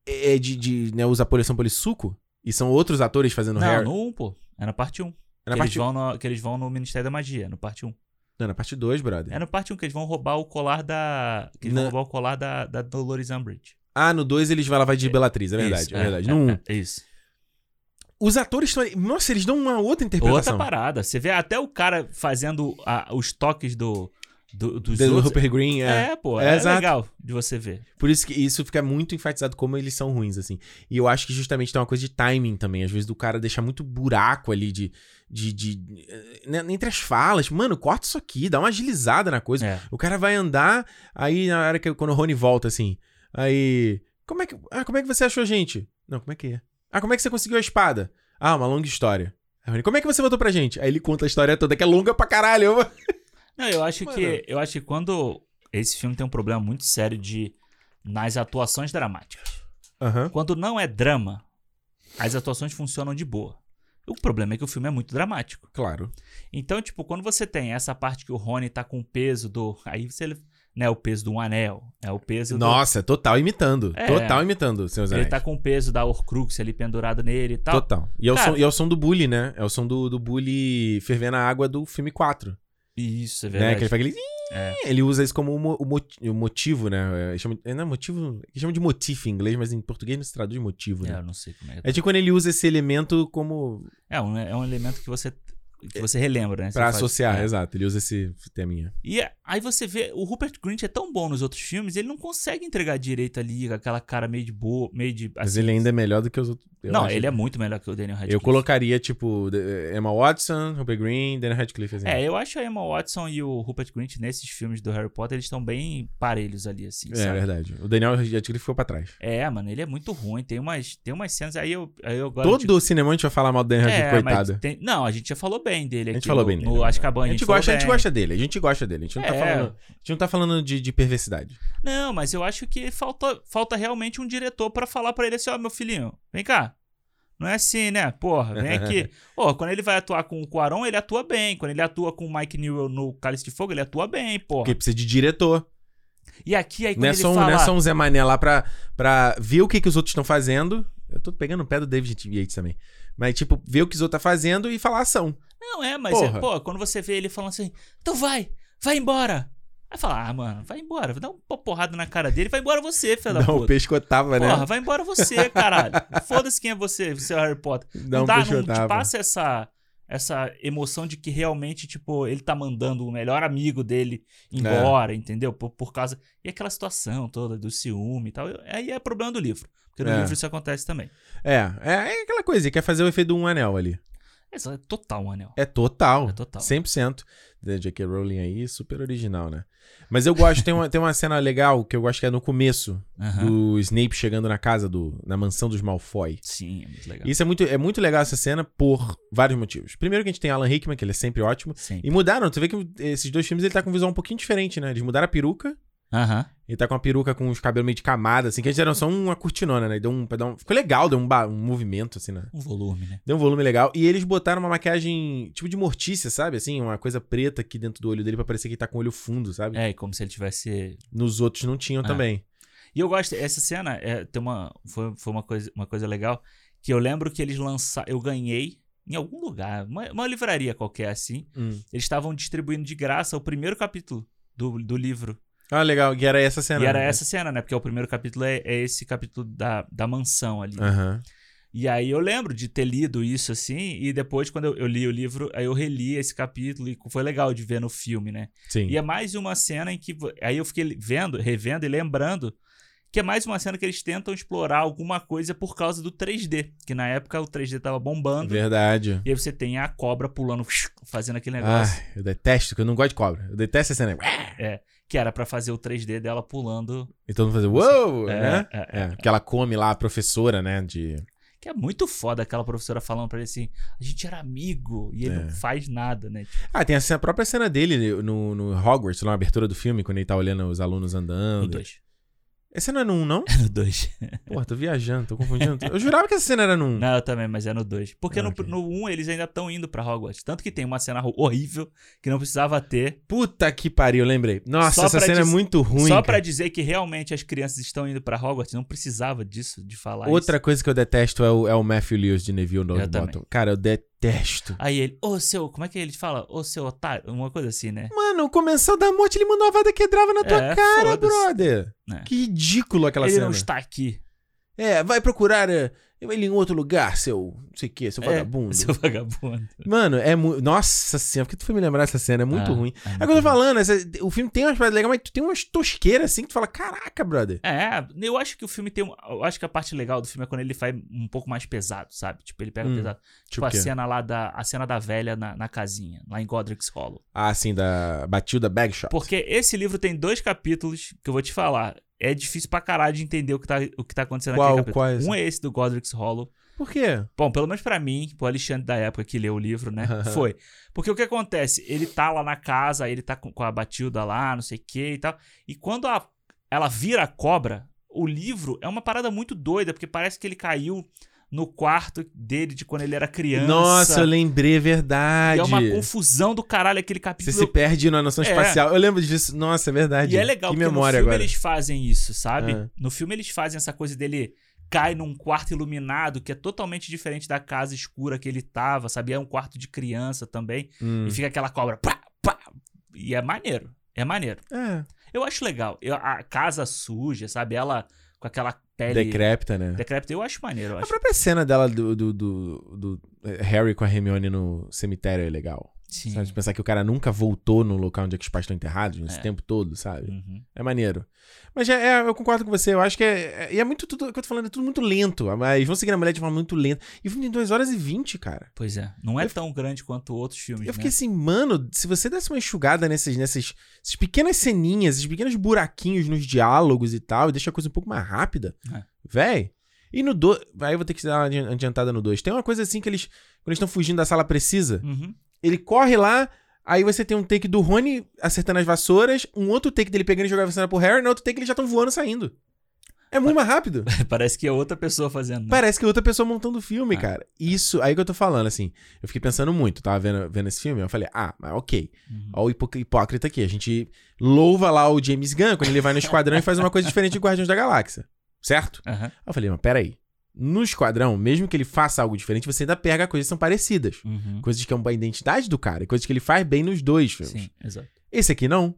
é de, de né, usa polição polissuco, e são outros atores fazendo
Não,
hair.
no 1, pô. É na parte 1.
é na
que,
parte
eles vão no, que eles vão no Ministério da Magia, é no parte 1.
Não, na parte 2, brother.
É no parte 1 que eles vão roubar o colar da. Que eles
Na-
vão roubar o colar da, da Dolores Umbridge.
Ah, no 2 eles vai lá, vai de Bellatriz, é verdade,
Isso,
é, verdade. No um,
é, isso.
Os atores estão ali. Nossa, eles dão uma outra interpretação.
Outra parada. Você vê até o cara fazendo a- os toques do, do, dos
Do
outros.
Rupert Green, é.
É, pô.
É,
É,
exato.
legal de você ver.
Por isso que isso fica muito enfatizado como eles são ruins, assim. E eu acho que justamente tem uma coisa de timing também. Às vezes do cara deixar muito buraco ali de. de, de eh, né, entre as falas. Mano, corta isso aqui, dá uma agilizada na coisa.
É.
O cara vai andar, aí na hora que quando o Rony volta, assim. Aí. Como é que. Ah, como é que você achou a gente? Não, como é que é? Ah, como é que você conseguiu a espada? Ah, uma longa história. Aí o Rony, Como é que você voltou pra gente? Aí ele conta a história toda, que é longa pra caralho. Eu-
Não, eu acho
Mano.
que eu acho que quando esse filme tem um problema muito sério de nas atuações dramáticas.
Aham.
Quando não é drama, as atuações funcionam de boa. O problema é que o filme é muito dramático.
Claro.
Então, tipo, quando você tem essa parte que o Rony tá com o peso do, aí você, né, o peso do um anel, é o peso
Nossa, total imitando.
É.
Total imitando, seus
do,
anéis.
ele tá com o peso da Horcrux ali pendurado nele e tal.
Total. E é, o
Cara-
som, e é o som do bully, né? É o som do, do bully fervendo a água do filme 4.
Isso, é
Né? Que
verdade.
ele faz aquele.
É.
Ele usa isso como o, mo- o moti- o motivo, né? É, chama, é, não é motivo. Que chama de motif em inglês, mas em português não se traduz motivo,
É,
né?
eu não sei como é.
É tipo quando ele usa esse elemento como.
É um, é um elemento que você que você relembra, né? Você
pra
faz-
associar,
é.
exato. Ele usa esse teminha.
E é- aí você vê, o Rupert Grint é tão bom nos outros filmes, ele não consegue entregar direito ali, com aquela cara meio de boa, meio de.
Mas
assim,
ele ainda é melhor do que os outros. eu
Não,
acho.
ele é muito melhor que o Daniel Radcliffe.
Eu colocaria, tipo, de- Emma Watson, Rupert Green, Daniel Radcliffe, assim.
É, eu acho a Emma Watson e o Rupert Grint nesses filmes do Harry Potter, eles estão bem parelhos ali, assim,
é
sabe?
verdade. O Daniel Radcliffe ficou pra trás.
É, mano, ele é muito ruim. Tem umas, tem umas cenas. Aí eu, aí eu agora.
Todo
tipo,
cinema a gente vai falar mal do Daniel
é,
Radcliffe,
mas
coitado.
tem- não, a gente já falou bem dele
A
aqui.
gente falou
no,
bem dele.
No Azkaban,
A gente, gosta, a gente
falou bem.
gosta dele, a gente gosta dele. A gente não, tá,
É.
falando, a gente não tá falando de, de perversidade.
Não, mas eu acho que falta, falta realmente um diretor pra falar pra ele assim, ó, meu filhinho, vem cá. Não é assim, né? Porra, vem aqui. Pô, quando ele vai atuar com o Cuarón, ele atua bem. Quando ele atua com o Mike Newell no Cálice de Fogo, ele atua bem, porra.
Porque precisa de diretor.
E aqui, aí, quando
Não é,
ele
só um,
fala...
não é só um Zé Mané lá pra, pra ver o que, que os outros estão fazendo. Eu tô pegando o pé do David Yates também. Mas, tipo, ver o que os outros estão fazendo e falar ação.
Não, é, mas é,
Porra.
pô, quando você vê ele falando assim, então vai, vai embora. Aí fala, ah, mano, vai embora. Dá uma porrada na cara dele, vai embora você, filho da
Dá um
puta.
pescotava, né?
Porra, vai embora você, caralho. Foda-se quem é você, seu Harry Potter.
Dá
não
um
dá, não te
pescotava.
passa essa, essa emoção de que realmente, tipo, ele tá mandando o melhor amigo dele
É.
embora, entendeu? Por, por causa. E aquela situação toda do ciúme e tal. Eu- Aí é problema do livro. Porque no
É.
livro isso acontece também.
É, é, é aquela coisa, ele quer fazer o efeito do um anel ali.
Essa é total um anel.
É total.
É total.
100%. Da J.K. Né, Rowling aí, super original, né? Mas eu gosto, tem uma, tem uma cena legal que eu gosto que é no começo,
Aham.
do Snape chegando na casa, do, na mansão dos Malfoy.
Sim, é muito legal.
Isso é muito, é muito legal essa cena por vários motivos. Primeiro que a gente tem Alan Rickman, que ele é sempre ótimo.
Sim.
E mudaram, tu vê que esses dois filmes ele tá com um visual um pouquinho diferente, né? Eles mudaram a peruca,
Aham.
ele tá com uma peruca com os cabelos meio de camada, assim, que antes era só uma cortinona, né? E Deu um, pra dar um- ficou legal, deu um, ba- um movimento, assim, né?
Um volume, né?
Deu um volume legal. E eles botaram uma maquiagem tipo de mortícia, sabe? Assim, uma coisa preta aqui dentro do olho dele pra parecer que ele tá com o olho fundo, sabe?
É, como se ele tivesse.
Nos outros não tinham
É.
também.
E eu gosto, essa cena é, tem uma, foi, foi uma, coisa, uma coisa legal que eu lembro que eles lançaram. Eu ganhei em algum lugar, uma, uma livraria qualquer assim.
Hum.
Eles estavam distribuindo de graça o primeiro capítulo do, do livro.
Ah, legal. E era essa cena.
E era
né?
essa cena, né? Porque o primeiro capítulo é, é esse capítulo da, da mansão ali.
Aham.
E aí eu lembro de ter lido isso assim, e depois, quando eu, eu li o livro, aí eu reli esse capítulo e foi legal de ver no filme, né?
Sim.
E é mais uma cena em que. vo- Aí eu fiquei vendo, revendo e lembrando que é mais uma cena que eles tentam explorar alguma coisa por causa do 3D. Que na época o 3D tava bombando.
Verdade.
E aí você tem a cobra pulando, fazendo aquele negócio.
Ai, eu detesto, que eu não gosto de cobra. Eu detesto essa cena.
Que era pra fazer o 3D dela pulando.
Então vamos fazer, uou,
É,
né?
é,
É, porque ela come lá a professora, né? De.
Que é muito foda aquela professora falando pra ele assim: a gente era amigo e ele
É.
não faz nada, né?
Ah, tem a, cena- a própria cena dele no, no Hogwarts, lá na abertura do filme, quando ele tá olhando os alunos
No
andando.
2.
Essa não é no 1, não?
No 2.
Porra, tô viajando, tô confundindo. Eu jurava que essa cena era um. no 1.
Não, eu também, mas é no 2. Porque
Hum. Ah,
no-
ok.
no 1 um, eles ainda estão indo pra Hogwarts. Tanto que tem uma cena ro- horrível que não precisava ter.
Puta que pariu, lembrei. Nossa,
Só
essa
pra
cena
diz-
é muito ruim.
Só
cara.
pra dizer que realmente as crianças estão indo pra Hogwarts. Não precisava disso, de falar
Outra
isso.
coisa que eu detesto é o, é o Matthew Lewis de Neville Longbottom.
também.
Cara, eu detesto.
Aí ele, ô seu, como é que ele fala? Ô seu otário, uma coisa assim, né?
Mano, o comensal da morte, ele mandou uma vada quebrava na tua
É,
cara,
foda-se.
brother.
É.
Que ridículo aquela
ele
cena.
não está aqui.
É, vai procurar é, ele em outro lugar, seu. Não sei o quê, seu
É,
vagabundo.
Seu vagabundo.
Mano, é muito. Nossa senhora, por que tu foi me lembrar essa cena? É muito
Ah,
ruim.
é
É o que eu tô falando, essa- o filme tem umas paradas legais, mas tu tem umas tosqueiras assim que tu fala, caraca, brother.
É, eu acho que o filme tem. um- Eu acho que a parte legal do filme é quando ele faz um pouco mais pesado, sabe? Tipo, ele pega
Hum,
pesado.
tipo
Tipo,
o
a
quê?
cena lá da. A cena da velha na, na casinha, lá em Godric's Hollow.
Ah, assim, da Batilda Bagshot.
Porque esse livro tem dois capítulos que eu vou te falar. É difícil pra caralho de entender o que tá, o que tá acontecendo
Qual-
naquele capítulo.
quais?
Um é esse do Godric's Hollow.
Por quê?
Bom, pelo menos pra mim, pro Alexandre da época que leu o livro, né?
Aham.
Foi. Porque o que acontece? Ele tá lá na casa, aí ele tá com, com a Batilda lá, não sei o que e tal. E quando a- ela vira a cobra, o livro é uma parada muito doida, porque parece que ele caiu no quarto dele de quando ele era criança.
Nossa, eu lembrei, é
E
verdade.
é uma confusão do caralho aquele
Você
capítulo.
se perde na noção
É.
espacial. Eu lembro disso. Nossa, é verdade.
E é legal,
Que
porque
memória
no filme
agora.
eles fazem isso, sabe?
Ah.
No filme eles fazem essa coisa dele cai num quarto iluminado, que é totalmente diferente da casa escura que ele tava, sabe? É um quarto de criança também.
Hum.
E fica aquela cobra. Pá, pá, e é maneiro. É maneiro.
É,
Eu acho legal. Eu- a casa suja, sabe? Ela com aquela pele
decrépita, né?
decrépita. Eu acho maneiro. Eu
A
acho.
própria cena dela do, do, do- do eh, Harry com a Hermione no cemitério é legal.
Sim.
Sabe, de pensar que o cara nunca voltou no local onde é que os pais estão enterrados nesse
É.
tempo todo, sabe?
Uhum.
É maneiro. Mas é, é, eu concordo com você. Eu acho que é. é- E é, muito tudo. o que eu tô falando é tudo muito lento. Mas vão seguir a mulher de forma muito lenta. E o filme tem 2 horas e 20, cara.
Pois é. Não é tão grande quanto outros filmes,
Eu fiquei
né?
assim, mano, se você desse uma enxugada nessas, nessas essas pequenas ceninhas, esses pequenos buraquinhos nos diálogos e tal, e deixa a coisa um pouco mais rápida,
É.
véi. E no 2. Aí eu vou ter que dar uma adi- adiantada no 2. Tem uma coisa assim que eles. Quando eles estão fugindo da sala precisa,
Uhum.
ele corre lá, aí você tem um take do Rony acertando as vassouras, um outro take dele pegando e jogando a vassoura pro Harry, no outro take eles já estão voando saindo. É muito mais rápido.
Parece que é outra pessoa fazendo. né?
Parece que é outra pessoa montando o filme,
Ah.
cara. Isso, aí que eu tô falando, assim. Eu fiquei pensando muito, tava vendo, vendo esse filme. Eu falei, ah, mas ok.
Uhum.
Olha o hipo- hipócrita aqui. A gente louva lá o James Gunn quando ele vai no esquadrão e faz uma coisa diferente de Guardiões da Galáxia. Certo?
Aham.
Aí eu falei, mas peraí. No esquadrão, mesmo que ele faça algo diferente, você ainda pega coisas que são parecidas.
Uhum.
Coisas que é uma identidade do cara, e coisas que ele faz bem nos dois filmes.
Sim, exato.
Esse aqui não.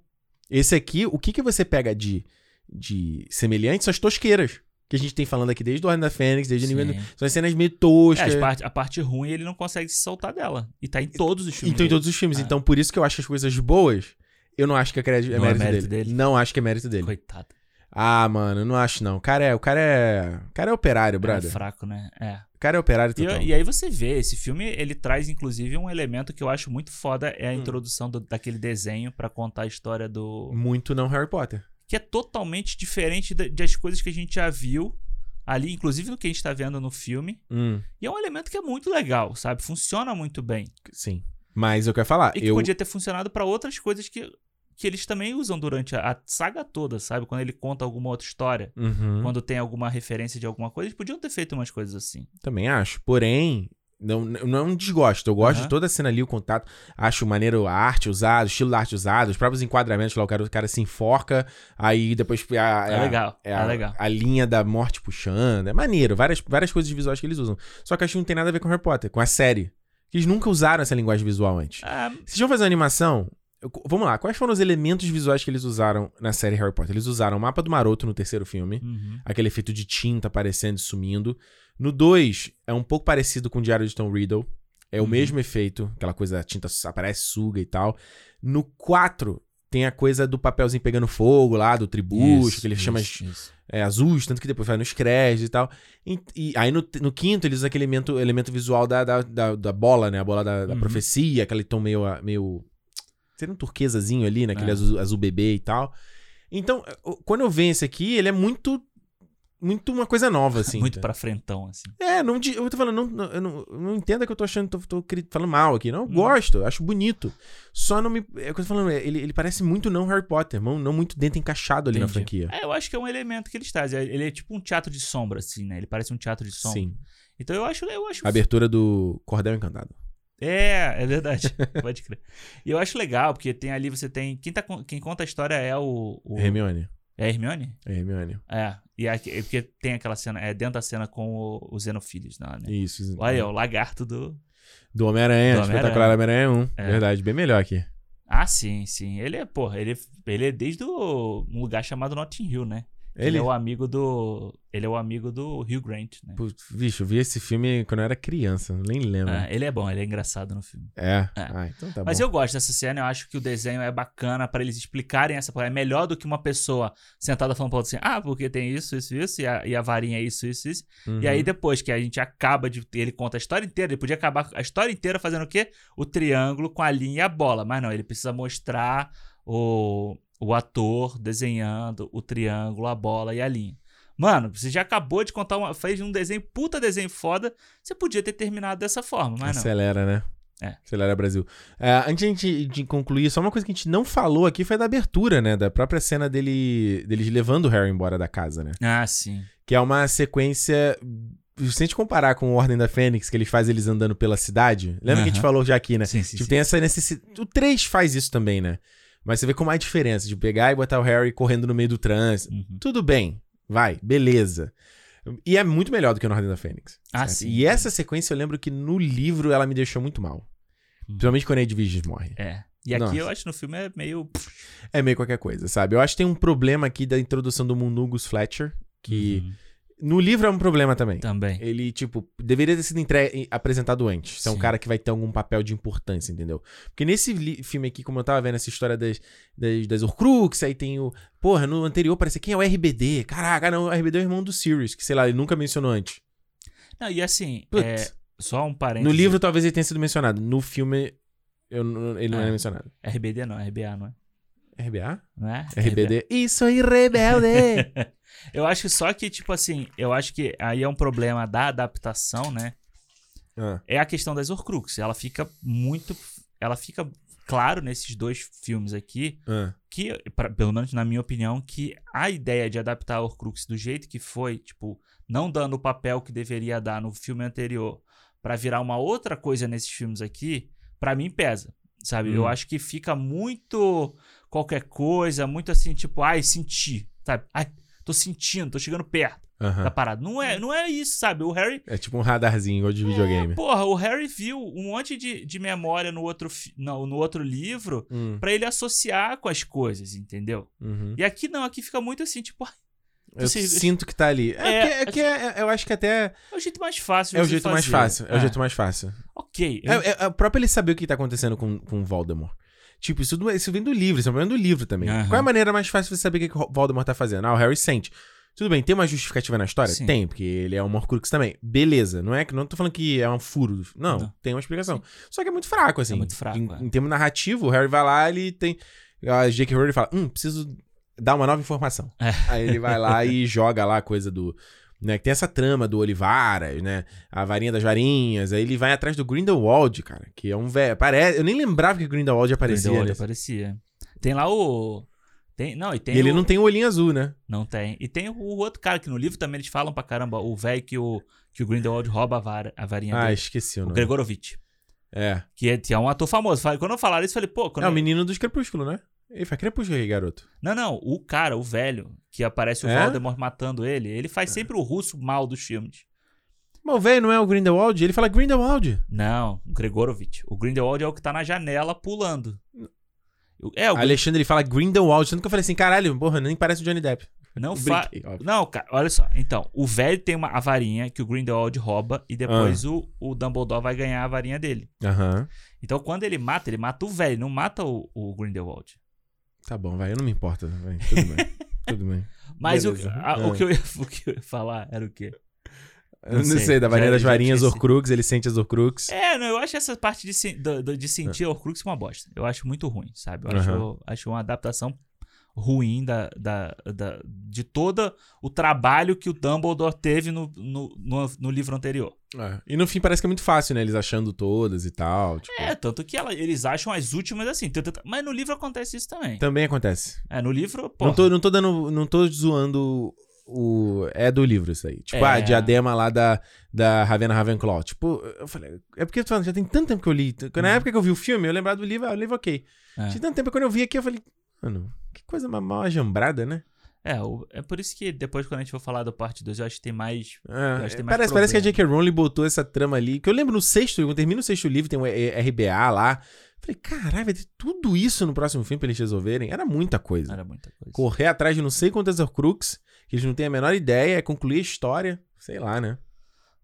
Esse aqui, o que, que você pega de, de semelhante são as tosqueiras. Que a gente tem falando aqui desde o Ordem da Fênix, desde o Ninguém...
Sim.
São as cenas meio
É, as
toscas.
parte- a parte ruim ele não consegue se soltar dela. E tá em todos os filmes.
então, em
dele.
todos os filmes.
Ah.
Então, por isso que eu acho que as coisas boas, eu não acho que é, crédito, é
Não é
mérito,
mérito
dele.
dele.
Não acho que é mérito dele.
Coitado.
Ah, mano, não acho não. O cara é, o cara é, o cara é operário, brother.
É fraco, né? É.
O cara é operário
E,
total.
e aí você vê, esse filme ele traz inclusive um elemento que eu acho muito foda, é
Hum.
a introdução do- daquele desenho pra contar a história do...
Muito não Harry Potter.
Que é totalmente diferente da- das coisas que a gente já viu ali, inclusive do que a gente tá vendo no filme.
Hum,
E é um elemento que é muito legal, sabe? Funciona muito bem.
sim. Mas é eu quero falar,
E que
Ah, eu
podia ter funcionado pra outras coisas que, que eles também usam durante a, a saga toda, sabe? Quando ele conta alguma outra história,
Uhum,
quando tem alguma referência de alguma coisa, eles podiam ter feito umas coisas assim.
também acho. Porém, não, não é um desgosto. Eu gosto
Aham.
de toda a cena ali, o contato. Acho maneiro a arte usada, o estilo da arte usada, os próprios enquadramentos lá, o cara, o cara se enforca, aí depois a-
É,
a-
legal, é,
É a,
legal.
a linha da morte puxando. É maneiro. Várias, várias coisas visuais que eles usam. Só que acho que não tem nada a ver com Harry Potter, com a série. Eles nunca usaram essa linguagem visual antes.
Ah,
Vocês vão fazer uma animação? Eu- vamos lá. Quais foram os elementos visuais que eles usaram na série Harry Potter? Eles usaram o mapa do Maroto no terceiro filme.
uhum.
Aquele efeito de tinta aparecendo e sumindo. No 2, é um pouco parecido com o Diário de Tom Riddle. É o
Uhum.
mesmo efeito. Aquela coisa, a tinta aparece, suga e tal. No 4, tem a coisa do papelzinho pegando fogo lá, do tribucho, que ele chama
isso, isso.
é, azuis, tanto que depois vai nos créditos e tal. E, e aí no, no quinto eles usam aquele elemento, elemento visual da, da, da, da bola, né? A bola da, da
Uhum.
profecia, aquele tom meio. a- meio seria um turquesazinho ali, naquele
É.
azul, azul bebê e tal. Então, o- quando eu venho esse aqui, ele é muito. Muito uma coisa nova, assim.
Muito
tá?
pra frentão, assim.
É, não, di- eu tô falando, não, não, eu não, eu não entenda que eu tô achando, tô, tô cri- falando mal aqui, não. Eu
Hum.
gosto, eu acho bonito. Só não me. É o que eu tô falando, é, ele, ele parece muito não Harry Potter, não, não muito dentro encaixado ali na
Entendi.
franquia.
É, eu acho que é um elemento que eles trazem. Ele é tipo um teatro de sombra, assim, né? Ele parece um teatro de sombra.
Sim.
Então eu acho, eu acho
Abertura do Cordel Encantado.
É, é verdade. Pode crer. E eu acho legal, porque tem ali, você tem. Quem, tá, con- quem conta a história é o. o-
Hermione.
É a Hermione?
É Hermione.
É. E aqui- é porque tem aquela cena, é dentro da cena com o, o Xenofilhos lá, né?
Isso.
Olha aí, ó, o lagarto do.
Do
Do
Homem-Aranha,
Homem-Aranha.
espetacular Homem-Aranha 1.
É.
Verdade, bem melhor aqui.
Ah, sim, sim. Ele é, porra, ele, ele é desde o- um lugar chamado Notting Hill, né? Ele...
Ele.
é o amigo do. Ele é o amigo do Hugh Grant, né?
Putz, Bicho, eu vi esse filme quando eu era criança, nem lembro.
Ah, ele é bom, ele é engraçado no filme.
É.
É.
Ah, então tá
Mas
bom.
eu gosto dessa cena, eu acho que o desenho é bacana pra eles explicarem essa parada. É melhor do que uma pessoa sentada falando pra outra assim, ah, porque tem isso, isso, isso, e a, e a varinha é isso, isso, isso.
Uhum.
E aí depois que a gente acaba de. Ele conta a história inteira, ele podia acabar a história inteira fazendo o quê? O triângulo com a linha e a bola. Mas não, ele precisa mostrar o, o ator desenhando o triângulo, a bola e a linha. Mano, você já acabou de contar uma. Fez um desenho, puta desenho foda. Você podia ter terminado dessa forma, mas não.
Acelera, né?
É.
Acelera Brasil. É, antes de, a gente- de concluir, só uma coisa que a gente não falou aqui foi da abertura, né? Da própria cena dele, deles levando o Harry embora da casa, né?
Ah, sim.
Que é uma sequência. Se a gente comparar com o Ordem da Fênix, que eles fazem eles andando pela cidade. Lembra que a gente
Aham.
falou já aqui, né?
Sim, sim,
tipo,
sim.
tem essa necessidade. O 3 faz isso também, né? Mas você vê como há diferença de pegar e botar o Harry correndo no meio do trânsito.
Uhum.
Tudo bem, vai, beleza. E é muito melhor do que o Ordem da Fênix.
Ah,
certo?
sim.
E essa sequência eu lembro que no livro ela me deixou muito mal.
Hum.
Principalmente quando a Edviges morre.
É. E aqui
Nossa.
eu acho que no filme é meio.
É meio qualquer coisa, sabe? Eu acho que tem um problema aqui da introdução do Mundugus Fletcher, que
Uhum.
no livro é um problema também.
Também.
Ele, tipo, deveria ter sido entre... apresentado antes. Então, é um
Sim.
cara que vai ter algum papel de importância, entendeu? Porque nesse li- filme aqui, como eu tava vendo essa história das, das, das Horcrux, aí tem o. Porra, no anterior parece quem é o RBD. Caraca, não, o RBD é o irmão do Sirius, que sei lá, ele nunca mencionou antes.
Não, e assim,
Putz.
é, só um parênteses.
no livro talvez ele tenha sido mencionado. No filme, eu não- ele não
É.
era mencionado.
RBD não, RBA não é?
RBA?
Não é?
RBD? Isso aí, rebelde!
Eu acho que só que, tipo assim, eu acho que aí é um problema da adaptação, né?
Ah,
É a questão das Horcruxes. Ela fica muito. Ela fica claro nesses dois filmes aqui
ah.
que, pra- pelo menos na minha opinião, que a ideia de adaptar a Horcrux do jeito que foi, tipo, não dando o papel que deveria dar no filme anterior pra virar uma outra coisa nesses filmes aqui, pra mim pesa, sabe? Eu
Hum.
acho que fica muito qualquer coisa, muito assim, tipo, ai, senti, sabe? Ai, tô sentindo, tô chegando perto
Aham.
da parada. Não é, não é isso, sabe? O Harry
É tipo um radarzinho, igual de videogame.
Porra, o Harry viu um monte de, de memória no outro, fi- não, no outro livro
Hum,
pra ele associar com as coisas, entendeu?
uhum.
E aqui não, aqui fica muito assim, tipo, ah,
Eu
Sim,
sinto que tá ali. É,
É,
que, é que é- eu acho que até
é o jeito mais fácil. de
é o
você
jeito mais
fazer.
fácil. É, o
Ah,
jeito mais fácil.
Ok. eu-
É, é- é o próprio ele saber o que tá acontecendo com, com o Voldemort. Tipo, isso, do- isso vem do livro, isso é um problema do livro também.
Aham.
Qual é a maneira mais fácil de você saber o que, que o Voldemort tá fazendo? Ah, o Harry sente. Tudo bem, tem uma justificativa na história?
Sim.
Tem, porque ele é um Horcrux também. Beleza, não é que não tô falando que é um furo. do- Não,
Não.
tem uma explicação. Só que é muito fraco, assim.
muito fraco,
Em,
é.
em termo narrativo, o Harry vai lá, ele tem... A J.K. Rowling fala, hum, preciso dar uma nova informação. Aí ele vai lá e joga lá a coisa do... Né, que tem essa trama do Olivaras, né? A varinha das varinhas. Aí ele vai atrás do Grindelwald, cara. Que é um velho... Parece... Eu nem lembrava que o Grindelwald aparecia.
Aparecia,
nesse-
aparecia. Tem lá o. Tem, não, e tem.
E ele
o-
não tem o olhinho azul, né?
Não tem. E tem o outro cara que no livro também eles falam pra caramba, o velho que o, que o Grindelwald rouba a, vara, a varinha
Ah,
dele.
esqueci o
O
nome.
Gregorovitch.
É.
Que é, que é um ator famoso. Fala- Quando eu falaram isso, eu falei, pô, quando
É o
eu-
menino dos Crepúsculo, né? Ele faz Crepúsculo aí, garoto.
Não, não, o cara, o velho, que aparece o
É?
Voldemort matando ele, ele faz sempre o russo mal dos filmes.
Mas o velho não é o Grindelwald? Ele fala Grindelwald.
Não, É o Gregorovitch. O Grindelwald é o que tá na janela pulando. O- É, o
Alexandre, ele fala Grindelwald. Tanto que eu falei assim, caralho, porra, nem parece o Johnny Depp.
não fa...
Brinquei, óbvio.
Não, cara, olha só. Então, o velho tem uma, a varinha que o Grindelwald rouba e depois
Ah.
o, o Dumbledore vai ganhar a varinha dele.
Aham.
Então, quando ele mata, ele mata o velho, não mata o, o Grindelwald.
Tá bom, vai. Eu não me importo. Vai, tudo bem. tudo bem.
Mas o,
Beleza.
a- o
É.
que eu ia, o que eu ia falar era o quê?
Eu não
sei,
sei, da
já-
varinha das
já
varinhas,
tinha
Horcrux, ele sente as Horcrux. É.
É, não, eu acho essa parte de, sen- do- do- de sentir a Horcrux uma bosta. Eu acho muito ruim, sabe? Eu acho,
Aham.
acho uma adaptação ruim da, da, da- de todo o trabalho que o Dumbledore teve no, no, no, no livro anterior.
É. E no fim parece que é muito fácil, né? Eles achando todas e tal. Tipo,
É, tanto que ela- eles acham as últimas assim. tã, tã, tã. Mas no livro acontece isso também.
Também acontece.
É, no livro, pô.
Não tô, não tô dando. Não tô zoando o. É do livro isso aí. Tipo,
É.
ah, a diadema lá da, da Ravena Ravenclaw. Tipo, eu falei. É porque eu tô falando, já tem tanto tempo que eu li. Na época que eu vi o filme, eu lembrava do livro, ah, o livro ok.
É.
Tinha tanto tempo que quando eu vi aqui, eu falei, mano, que coisa ma- mal ajambrada, né?
É, o- é por isso que depois, quando a gente for falar da parte 2, eu acho que tem mais.
Ah,
acho que tem mais
parece, parece que a
problema.
J.K. Rowling botou essa trama ali. Que eu lembro no sexto, quando termina o sexto livro, tem o E- E- RBA lá. Eu Falei, caralho, vai ter tudo isso no próximo filme pra eles resolverem. Era muita coisa.
Era muita coisa.
Correr atrás de não sei quantas Horcrux, que eles não têm a menor ideia, é concluir a história. Sei lá, né?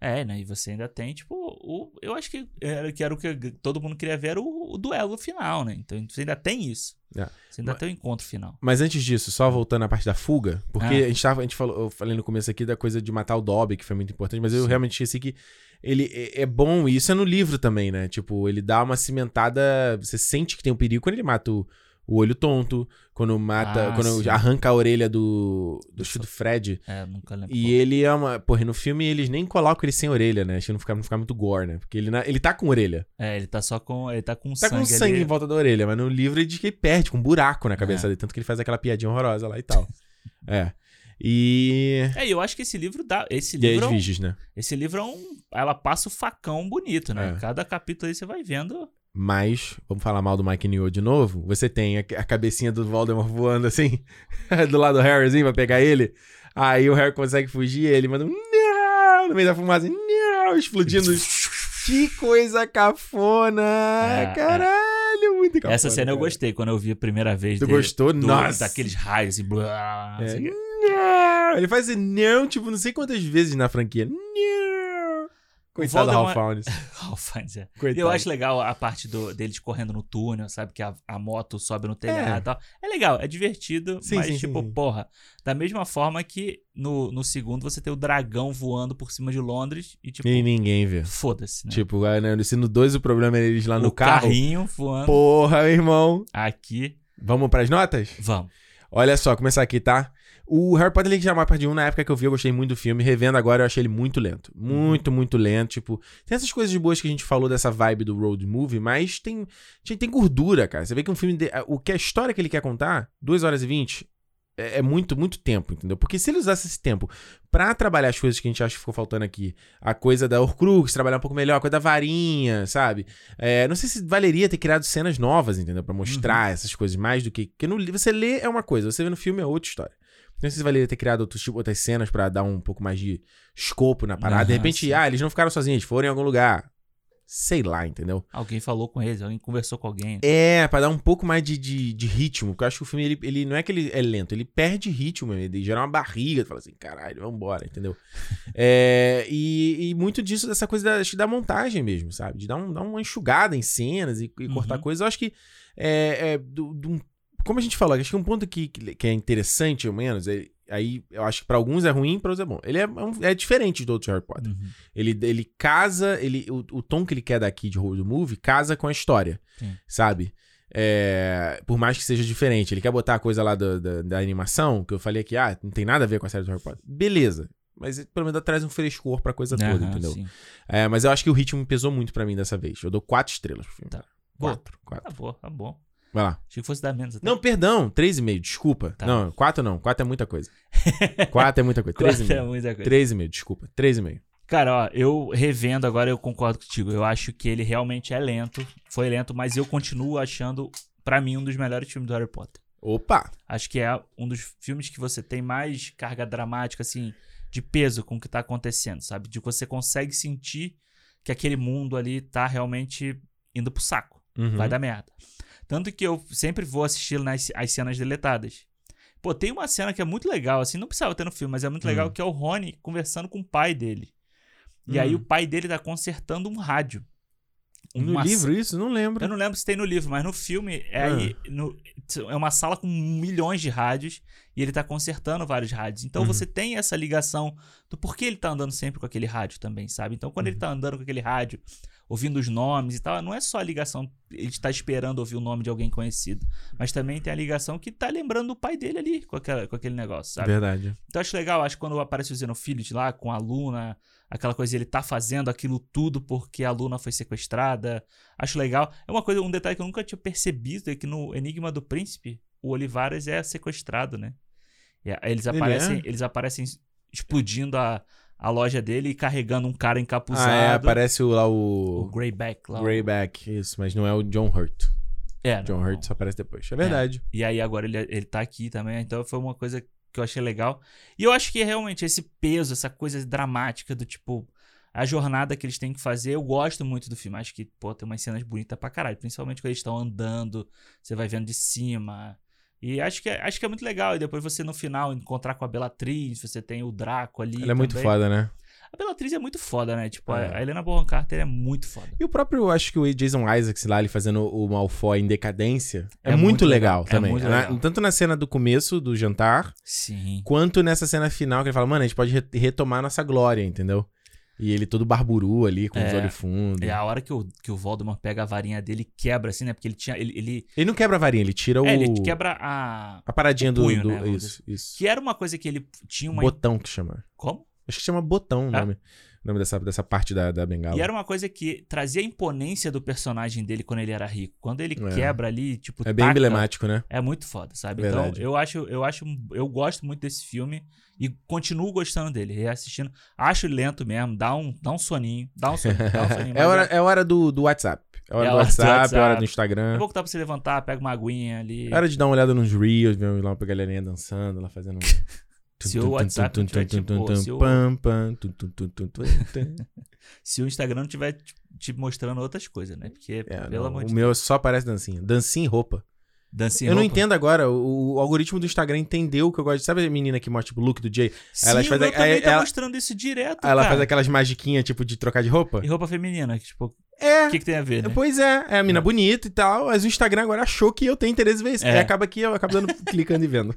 É, né? E você ainda tem, tipo, o, eu acho que era, que era o que todo mundo queria ver era o, o duelo final, né? Então você ainda tem isso.
É.
Você ainda
Mas-
tem o encontro final.
Mas antes disso, só voltando à parte da fuga, porque
Ah.
a gente tava, a gente falou, eu falei no começo aqui da coisa de matar o Dobby, que foi muito importante, mas eu
Sim.
realmente esqueci que ele é, é bom, e isso é no livro também, né? Tipo, ele dá uma cimentada, você sente que tem um perigo quando ele mata o, o olho tonto, quando mata,
Ah,
quando
sim.
arranca a orelha do do,
Do
do, do Fred.
É, eu nunca lembro.
E ele é uma, porra, e no filme eles nem colocam ele sem orelha, né? Acho que não fica, não fica muito gore, né? Porque ele, na- ele tá com orelha.
É, ele tá só com. Ele tá com
Tá
sangue
com sangue
ali. É.
em volta da orelha, mas no livro ele diz que ele perde, com um buraco na cabeça dele. Tanto que ele faz aquela piadinha horrorosa lá e tal. é. E.
É, e eu acho que esse livro dá. Esse
E aí,
livro.
as
é um-
virgens, né?
esse livro é um. Ela passa o facão bonito, né?
É.
Cada capítulo aí você vai vendo.
Mas, vamos falar mal do Mike Newell de novo. Você tem a, a cabecinha do Voldemort voando assim, do lado do Harry, assim, pra pegar ele. Aí o Harry consegue fugir, ele manda um não! no meio da fumaça, não! explodindo. que coisa cafona!
É, é.
Caralho, muito cafona.
Essa cena eu
Tá cara.
gostei quando eu vi a primeira vez.
Tu
dele,
gostou?
do-
Nossa!
Daqueles raios e. Blá, assim, não
É,
sei o quê.
"Não!" Ele faz esse não, tipo, não sei quantas vezes na franquia. Não! Coitado do
Voldemort-
Ralph Fiennes.
Ralph Fiennes, é.
Coitado.
Eu acho legal a parte do, deles correndo no túnel, sabe? Que a, a moto sobe no telhado
É.
e tal. É legal, é divertido,
Sim,
mas
sim,
tipo,
sim.
porra. Da mesma forma que no, no segundo você tem o dragão voando por cima de Londres e tipo,
E ninguém vê.
foda-se, né?
Tipo, ah, né, se no 2 o problema é eles lá
o
no carro.
carrinho voando.
Porra, meu irmão.
Aqui,
Vamos pras notas?
vamos.
Olha só, começar aqui, tá? O Harry Potter League de Amar Parte 1, na época que eu vi, eu gostei muito do filme. Revendo agora, eu achei ele muito lento.
Uhum.
Muito, muito lento. Tipo, tem essas coisas boas que a gente falou dessa vibe do road movie, mas tem, gente, tem gordura, cara. Você vê que um filme. de- o que a história que ele quer contar, 2 horas e 20, é, é muito, muito tempo, entendeu? Porque se ele usasse esse tempo pra trabalhar as coisas que a gente acha que ficou faltando aqui, a coisa da Horcrux, trabalhar um pouco melhor, a coisa da varinha, sabe? É, não sei se valeria ter criado cenas novas, entendeu? Pra
Uhum.
mostrar essas coisas mais do que. Porque no, li- você lê é uma coisa, você vê no filme é outra história. Não sei se valeria ter criado outros, tipo, outras cenas pra dar um pouco mais de escopo na parada. de
Aham,
repente,
sim.
ah, eles não ficaram sozinhos, foram em algum lugar. sei lá, entendeu?
Alguém falou com eles, alguém conversou com alguém.
É, pra dar um pouco mais de, de, de ritmo, porque eu acho que o filme, ele, ele não é que ele é lento, ele perde ritmo, ele gera uma barriga, tu fala assim, caralho, vambora, entendeu? É, e, e muito disso, dessa coisa da, acho que da montagem mesmo, sabe? De dar, um, dar uma enxugada em cenas e, e cortar
Uhum.
coisas, eu acho que é, é, do- do- como a gente falou, acho que um ponto que, que que é interessante, ao menos, é- aí eu acho que pra alguns é ruim, pra outros é bom. Ele é, é um- é diferente do outro Harry Potter.
Uhum.
Ele, ele casa, ele, o, o tom que ele quer daqui de Road Movie casa com a história,
Sim.
sabe? É, por mais que seja diferente. Ele quer botar a coisa lá da- da- da animação, que eu falei que ah, não tem nada a ver com a série do Harry Potter. Beleza. Mas pelo menos traz um frescor pra coisa toda,
Aham,
entendeu?
sim.
É, mas eu acho que o ritmo pesou muito pra mim dessa vez. Eu dou quatro estrelas pro filme.
Tá.
Quatro, quatro.
Tá bom, tá bom.
Vai lá.
Achei que fosse dar menos até.
Não, perdão. Três e meio, desculpa.
Tá.
Não, quatro não. Quatro é muita coisa. quatro é muita coisa. Três e
Quatro é
meio.
muita coisa.
Três e meio, desculpa. Três e meio.
Cara, ó, eu revendo agora, eu concordo contigo. Eu acho que ele realmente é lento. Foi lento, mas eu continuo achando, pra mim, um dos melhores filmes do Harry Potter.
Opa!
Acho que é um dos filmes que você tem mais carga dramática, assim, de peso com o que tá acontecendo, sabe? De que você consegue sentir que aquele mundo ali tá realmente indo pro saco.
Uhum.
Vai dar merda. Tanto que eu sempre vou assistir nas, as cenas deletadas. Pô, tem uma cena que é muito legal, assim, não precisava ter no filme, mas é muito legal,
Hum.
que é o Rony conversando com o pai dele. E aí
Hum.
o pai dele tá consertando um rádio.
No
Uma
livro, isso? Não lembro.
eu não lembro se tem no livro, mas no filme é,
Ah.
aí, no- é uma sala com milhões de rádios e ele tá consertando vários rádios. Então
Uhum.
você tem essa ligação do porquê ele tá andando sempre com aquele rádio também, sabe? Então
Uhum.
quando ele tá andando com aquele rádio, ouvindo os nomes e tal, não é só a ligação, ele tá esperando ouvir o nome de alguém conhecido, mas também tem a ligação que tá lembrando o pai dele ali com, aquela- com aquele negócio, sabe?
Verdade.
Então acho legal, acho que quando aparece o Xenophilid lá com a Luna, aquela coisa, ele tá fazendo aquilo tudo porque a Luna foi sequestrada. Acho legal. É uma coisa, um detalhe que eu nunca tinha percebido, é que no Enigma do Príncipe, o Olivares é sequestrado, né? E a- eles
Ele
aparecem,
é?
eles aparecem explodindo a, a loja dele e carregando um cara encapuzado.
Ah, é, aparece o, lá
O
o,
Greyback lá.
Greyback, isso, mas não é o John Hurt.
É,
John
não-
Hurt só aparece depois. Ah, É verdade.
E aí agora ele, ele tá aqui também, então foi uma coisa que eu achei legal. E eu acho que realmente esse peso, essa coisa dramática do tipo, a jornada que eles têm que fazer, eu gosto muito do filme. Acho que, pô, tem umas cenas bonitas pra caralho, principalmente quando eles estão andando, você vai vendo de cima. E acho que, é- acho que é muito legal. E depois você no final encontrar com a Belatriz, você tem o Draco ali.
Ele é muito
também.
foda, né?
A Belatriz é muito foda, né? Tipo, a-
É.
a Helena Bonham Carter é muito foda.
E o próprio, acho que o Jason Isaacs lá, ele fazendo o Malfoy em decadência, é,
É
muito,
muito
legal,
legal, é
também.
muito
Na-
legal.
tanto na cena do começo, do jantar,
Sim.
quanto nessa cena final, que ele fala, mano, a gente pode re- retomar nossa glória, entendeu? E ele todo barburu ali, com os
É.
olhos fundos.
É a hora que o, que o Voldemort pega a varinha dele e quebra, assim, né? Porque ele tinha. ele- ele
Ele não quebra a varinha, ele tira o...
É, ele quebra a.
A paradinha
o
do...
punho,
do-
né, vamos
isso, isso.
Que era uma coisa que ele tinha uma.
Botão que chama.
Como?
Acho que chama botão o
É?
nome, o nome dessa, dessa parte da, da bengala.
E era uma coisa que trazia a imponência do personagem dele quando ele era rico. Quando ele
É.
quebra ali, tipo.
É bem
taca,
emblemático, né?
É muito foda, sabe?
Verdade.
Então, eu acho, eu acho. Eu gosto muito desse filme e continuo gostando dele, reassistindo. Acho lento mesmo, dá um, dá um soninho, dá um soninho, dá um soninho. mas
É hora, é hora do, do WhatsApp. É hora
É
do
hora do
WhatsApp, é hora do
WhatsApp.
Instagram.
É bom que dá pra você levantar, pega uma aguinha ali.
É hora de dar uma olhada nos Reels, ver lá pra galerinha dançando, lá fazendo. um
Se o WhatsApp não tiver, tipo, se o-
Pam, pam, tum, tum, tum, tum, tum, tum.
Se o Instagram não tiver te- te mostrando outras coisas, né? Porque,
É,
pelo
não,
amor de
o meu só parece dancinha. Dancinha e roupa.
Dancinha
eu não
roupa.
entendo agora. O, o algoritmo do Instagram entendeu o que eu gosto. Sabe a menina que mostra tipo, o look do Jay?
Sim,
Elas
o
fazem-
meu também
aí
tá
ela-
mostrando isso direto,
Aí ela
cara.
faz aquelas magiquinhas, tipo, de trocar de roupa?
E roupa feminina, que, tipo, o
É.
que, que tem a ver, né?
Pois é, é a mina bonita e tal, mas o Instagram agora achou que eu tenho interesse em ver isso.
É.
Aí acaba que eu acabo dando, clicando e vendo.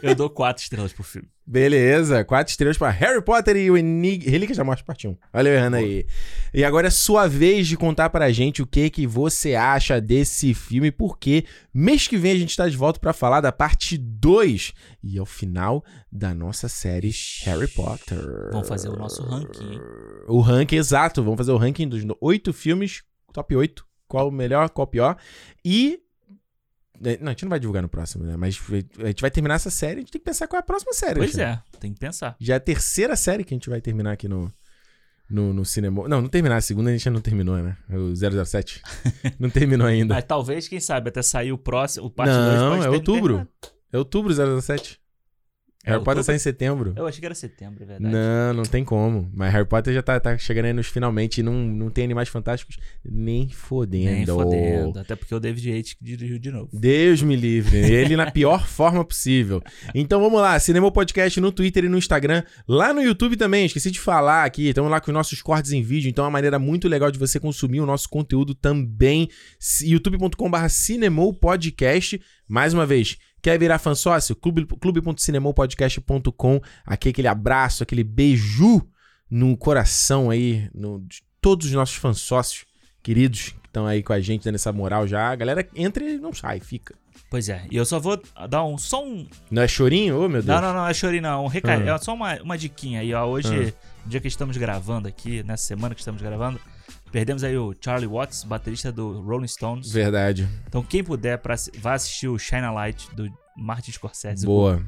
Eu dou quatro estrelas pro filme.
Beleza, quatro estrelas pra Harry Potter e o Enig... Relíquias da Morte Parte 1. Valeu, Hannah aí. E agora é sua vez de contar pra gente o que que você acha desse filme, porque mês que vem a gente tá de volta pra falar da parte 2 e é o final da nossa série Harry Potter.
Vamos fazer o nosso ranking, hein?
O ranking, exato. Vamos fazer o ranking dos no- oito filmes, top 8. Qual o melhor, qual o pior. E. eh, Não, a gente não vai divulgar no próximo, né? Mas a gente vai terminar essa série, a gente tem que pensar qual é a próxima série.
Pois
Alexandre.
é, tem que pensar.
Já é a terceira série que a gente vai terminar aqui no, no, no cinema. Não, não terminar. A segunda a gente ainda não terminou, né? O 007. não terminou ainda.
Mas talvez, quem sabe, até sair o próximo, o parte 2
É Não, é outubro. É outubro 007. Harry
eu
Potter
tô-
sai em setembro.
Eu achei que era setembro, é verdade.
Não, não tem como. Mas Harry Potter já tá, tá chegando aí nos finalmente. E não, não tem animais fantásticos nem fodendo.
Nem fodendo. Até porque o David Yates que dirigiu de novo.
Deus me livre. Ele na pior forma possível. Então vamos lá, Cinema Podcast no Twitter e no Instagram, lá no YouTube também. Esqueci de falar aqui, estamos lá com os nossos cortes em vídeo, então é uma maneira muito legal de você consumir o nosso conteúdo também. C- youtube.com/barra cinemopodcast. Mais uma vez, quer virar fã sócio? Clube- clube.cinemopodcast.com. Aqui aquele abraço, aquele beijo no coração aí no, de todos os nossos fãs sócios queridos que estão aí com a gente dando essa moral já. A galera entra e não sai, fica.
Pois é, e eu só vou dar um. Só um.
Não é chorinho? Ô, meu Deus.
Não, não, não, é chorinho, não. Um recado.
Ah.
É só uma, uma diquinha aí, ó. Hoje, no dia que estamos gravando aqui, nessa semana que estamos gravando, perdemos aí o Charlie Watts, baterista do Rolling Stones.
Verdade.
Então, quem puder, pra, assi- vá assistir o Shine a Light do Martin Scorsese.
Boa.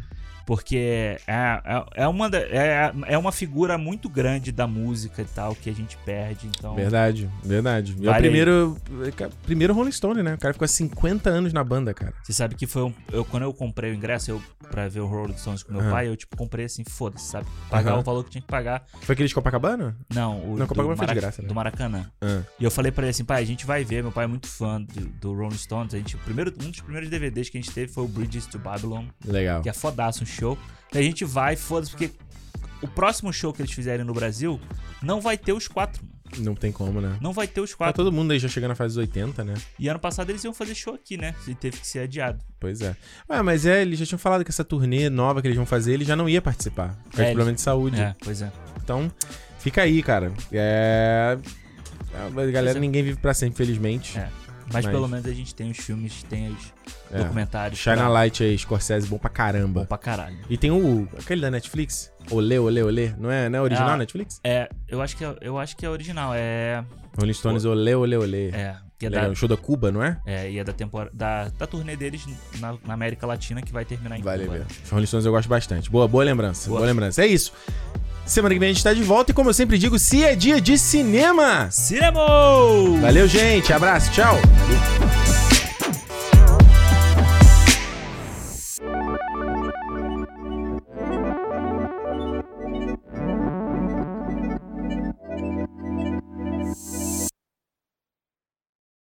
Porque é, é, é uma, da- é, é uma figura muito grande da música e tal que a gente perde. Então,
Verdade, verdade. E É o
Vale
primeiro, ca- primeiro Rolling Stone, né? O cara ficou há 50 anos na banda, cara.
Você sabe que foi um. Eu, quando eu comprei o ingresso eu, pra ver o Rolling Stones com meu
Aham.
pai, eu tipo comprei assim, foda-se, sabe? Pagar
Aham.
o valor que tinha que pagar.
Foi aquele de Copacabana?
Não, o
Não,
do,
Copacabana foi de
Maraca-
graça, né?
do Maracanã.
Ah.
E eu falei pra ele assim, pai, a gente vai ver, meu pai é muito fã do, do Rolling Stones. A gente, o primeiro, um dos primeiros DVDs que a gente teve foi o Bridges to Babylon,
Legal.
que é fodaço um show. E a gente vai, foda-se, porque o próximo show que eles fizerem no Brasil não vai ter os quatro, mano.
Não tem como, né?
Não vai ter os
Tá
quatro.
todo mundo aí já chegando na fase dos 80, né?
E ano passado eles iam fazer show aqui, né? E teve que ser adiado.
Pois é. Ué, mas é, eles já tinham falado que essa turnê nova que eles vão fazer, ele já não ia participar. Por causa
É,
de
eles-
problema de saúde.
É, pois é.
Então, fica aí, cara. É. A galera, ninguém vive pra sempre, felizmente.
É. Mas,
Mas-
pelo menos a gente tem os filmes, tem os
É.
documentários.
Shine a
pra-
Light aí, Scorsese, bom pra
Bom
caramba.
pra caralho.
E tem o. aquele da Netflix? Olê, olê, olê. Não é, não é original
Ah.
Netflix?
É, eu acho que é, eu acho que é original. É.
Rolling Stones, olê, olê, olê.
É. Que é,
Legal,
da,
o show da Cuba, não é?
é, e é da, tempora, da, da turnê deles na, na América Latina que vai terminar em
Vale
Cuba.
ver. Os Rolling Stones eu gosto bastante. Boa, boa lembrança. Boa.
Boa.
lembrança. É isso. Semana que vem a gente tá de volta e, como eu sempre digo, se é dia de cinema.
Cinema!
Valeu, gente. Abraço. Tchau.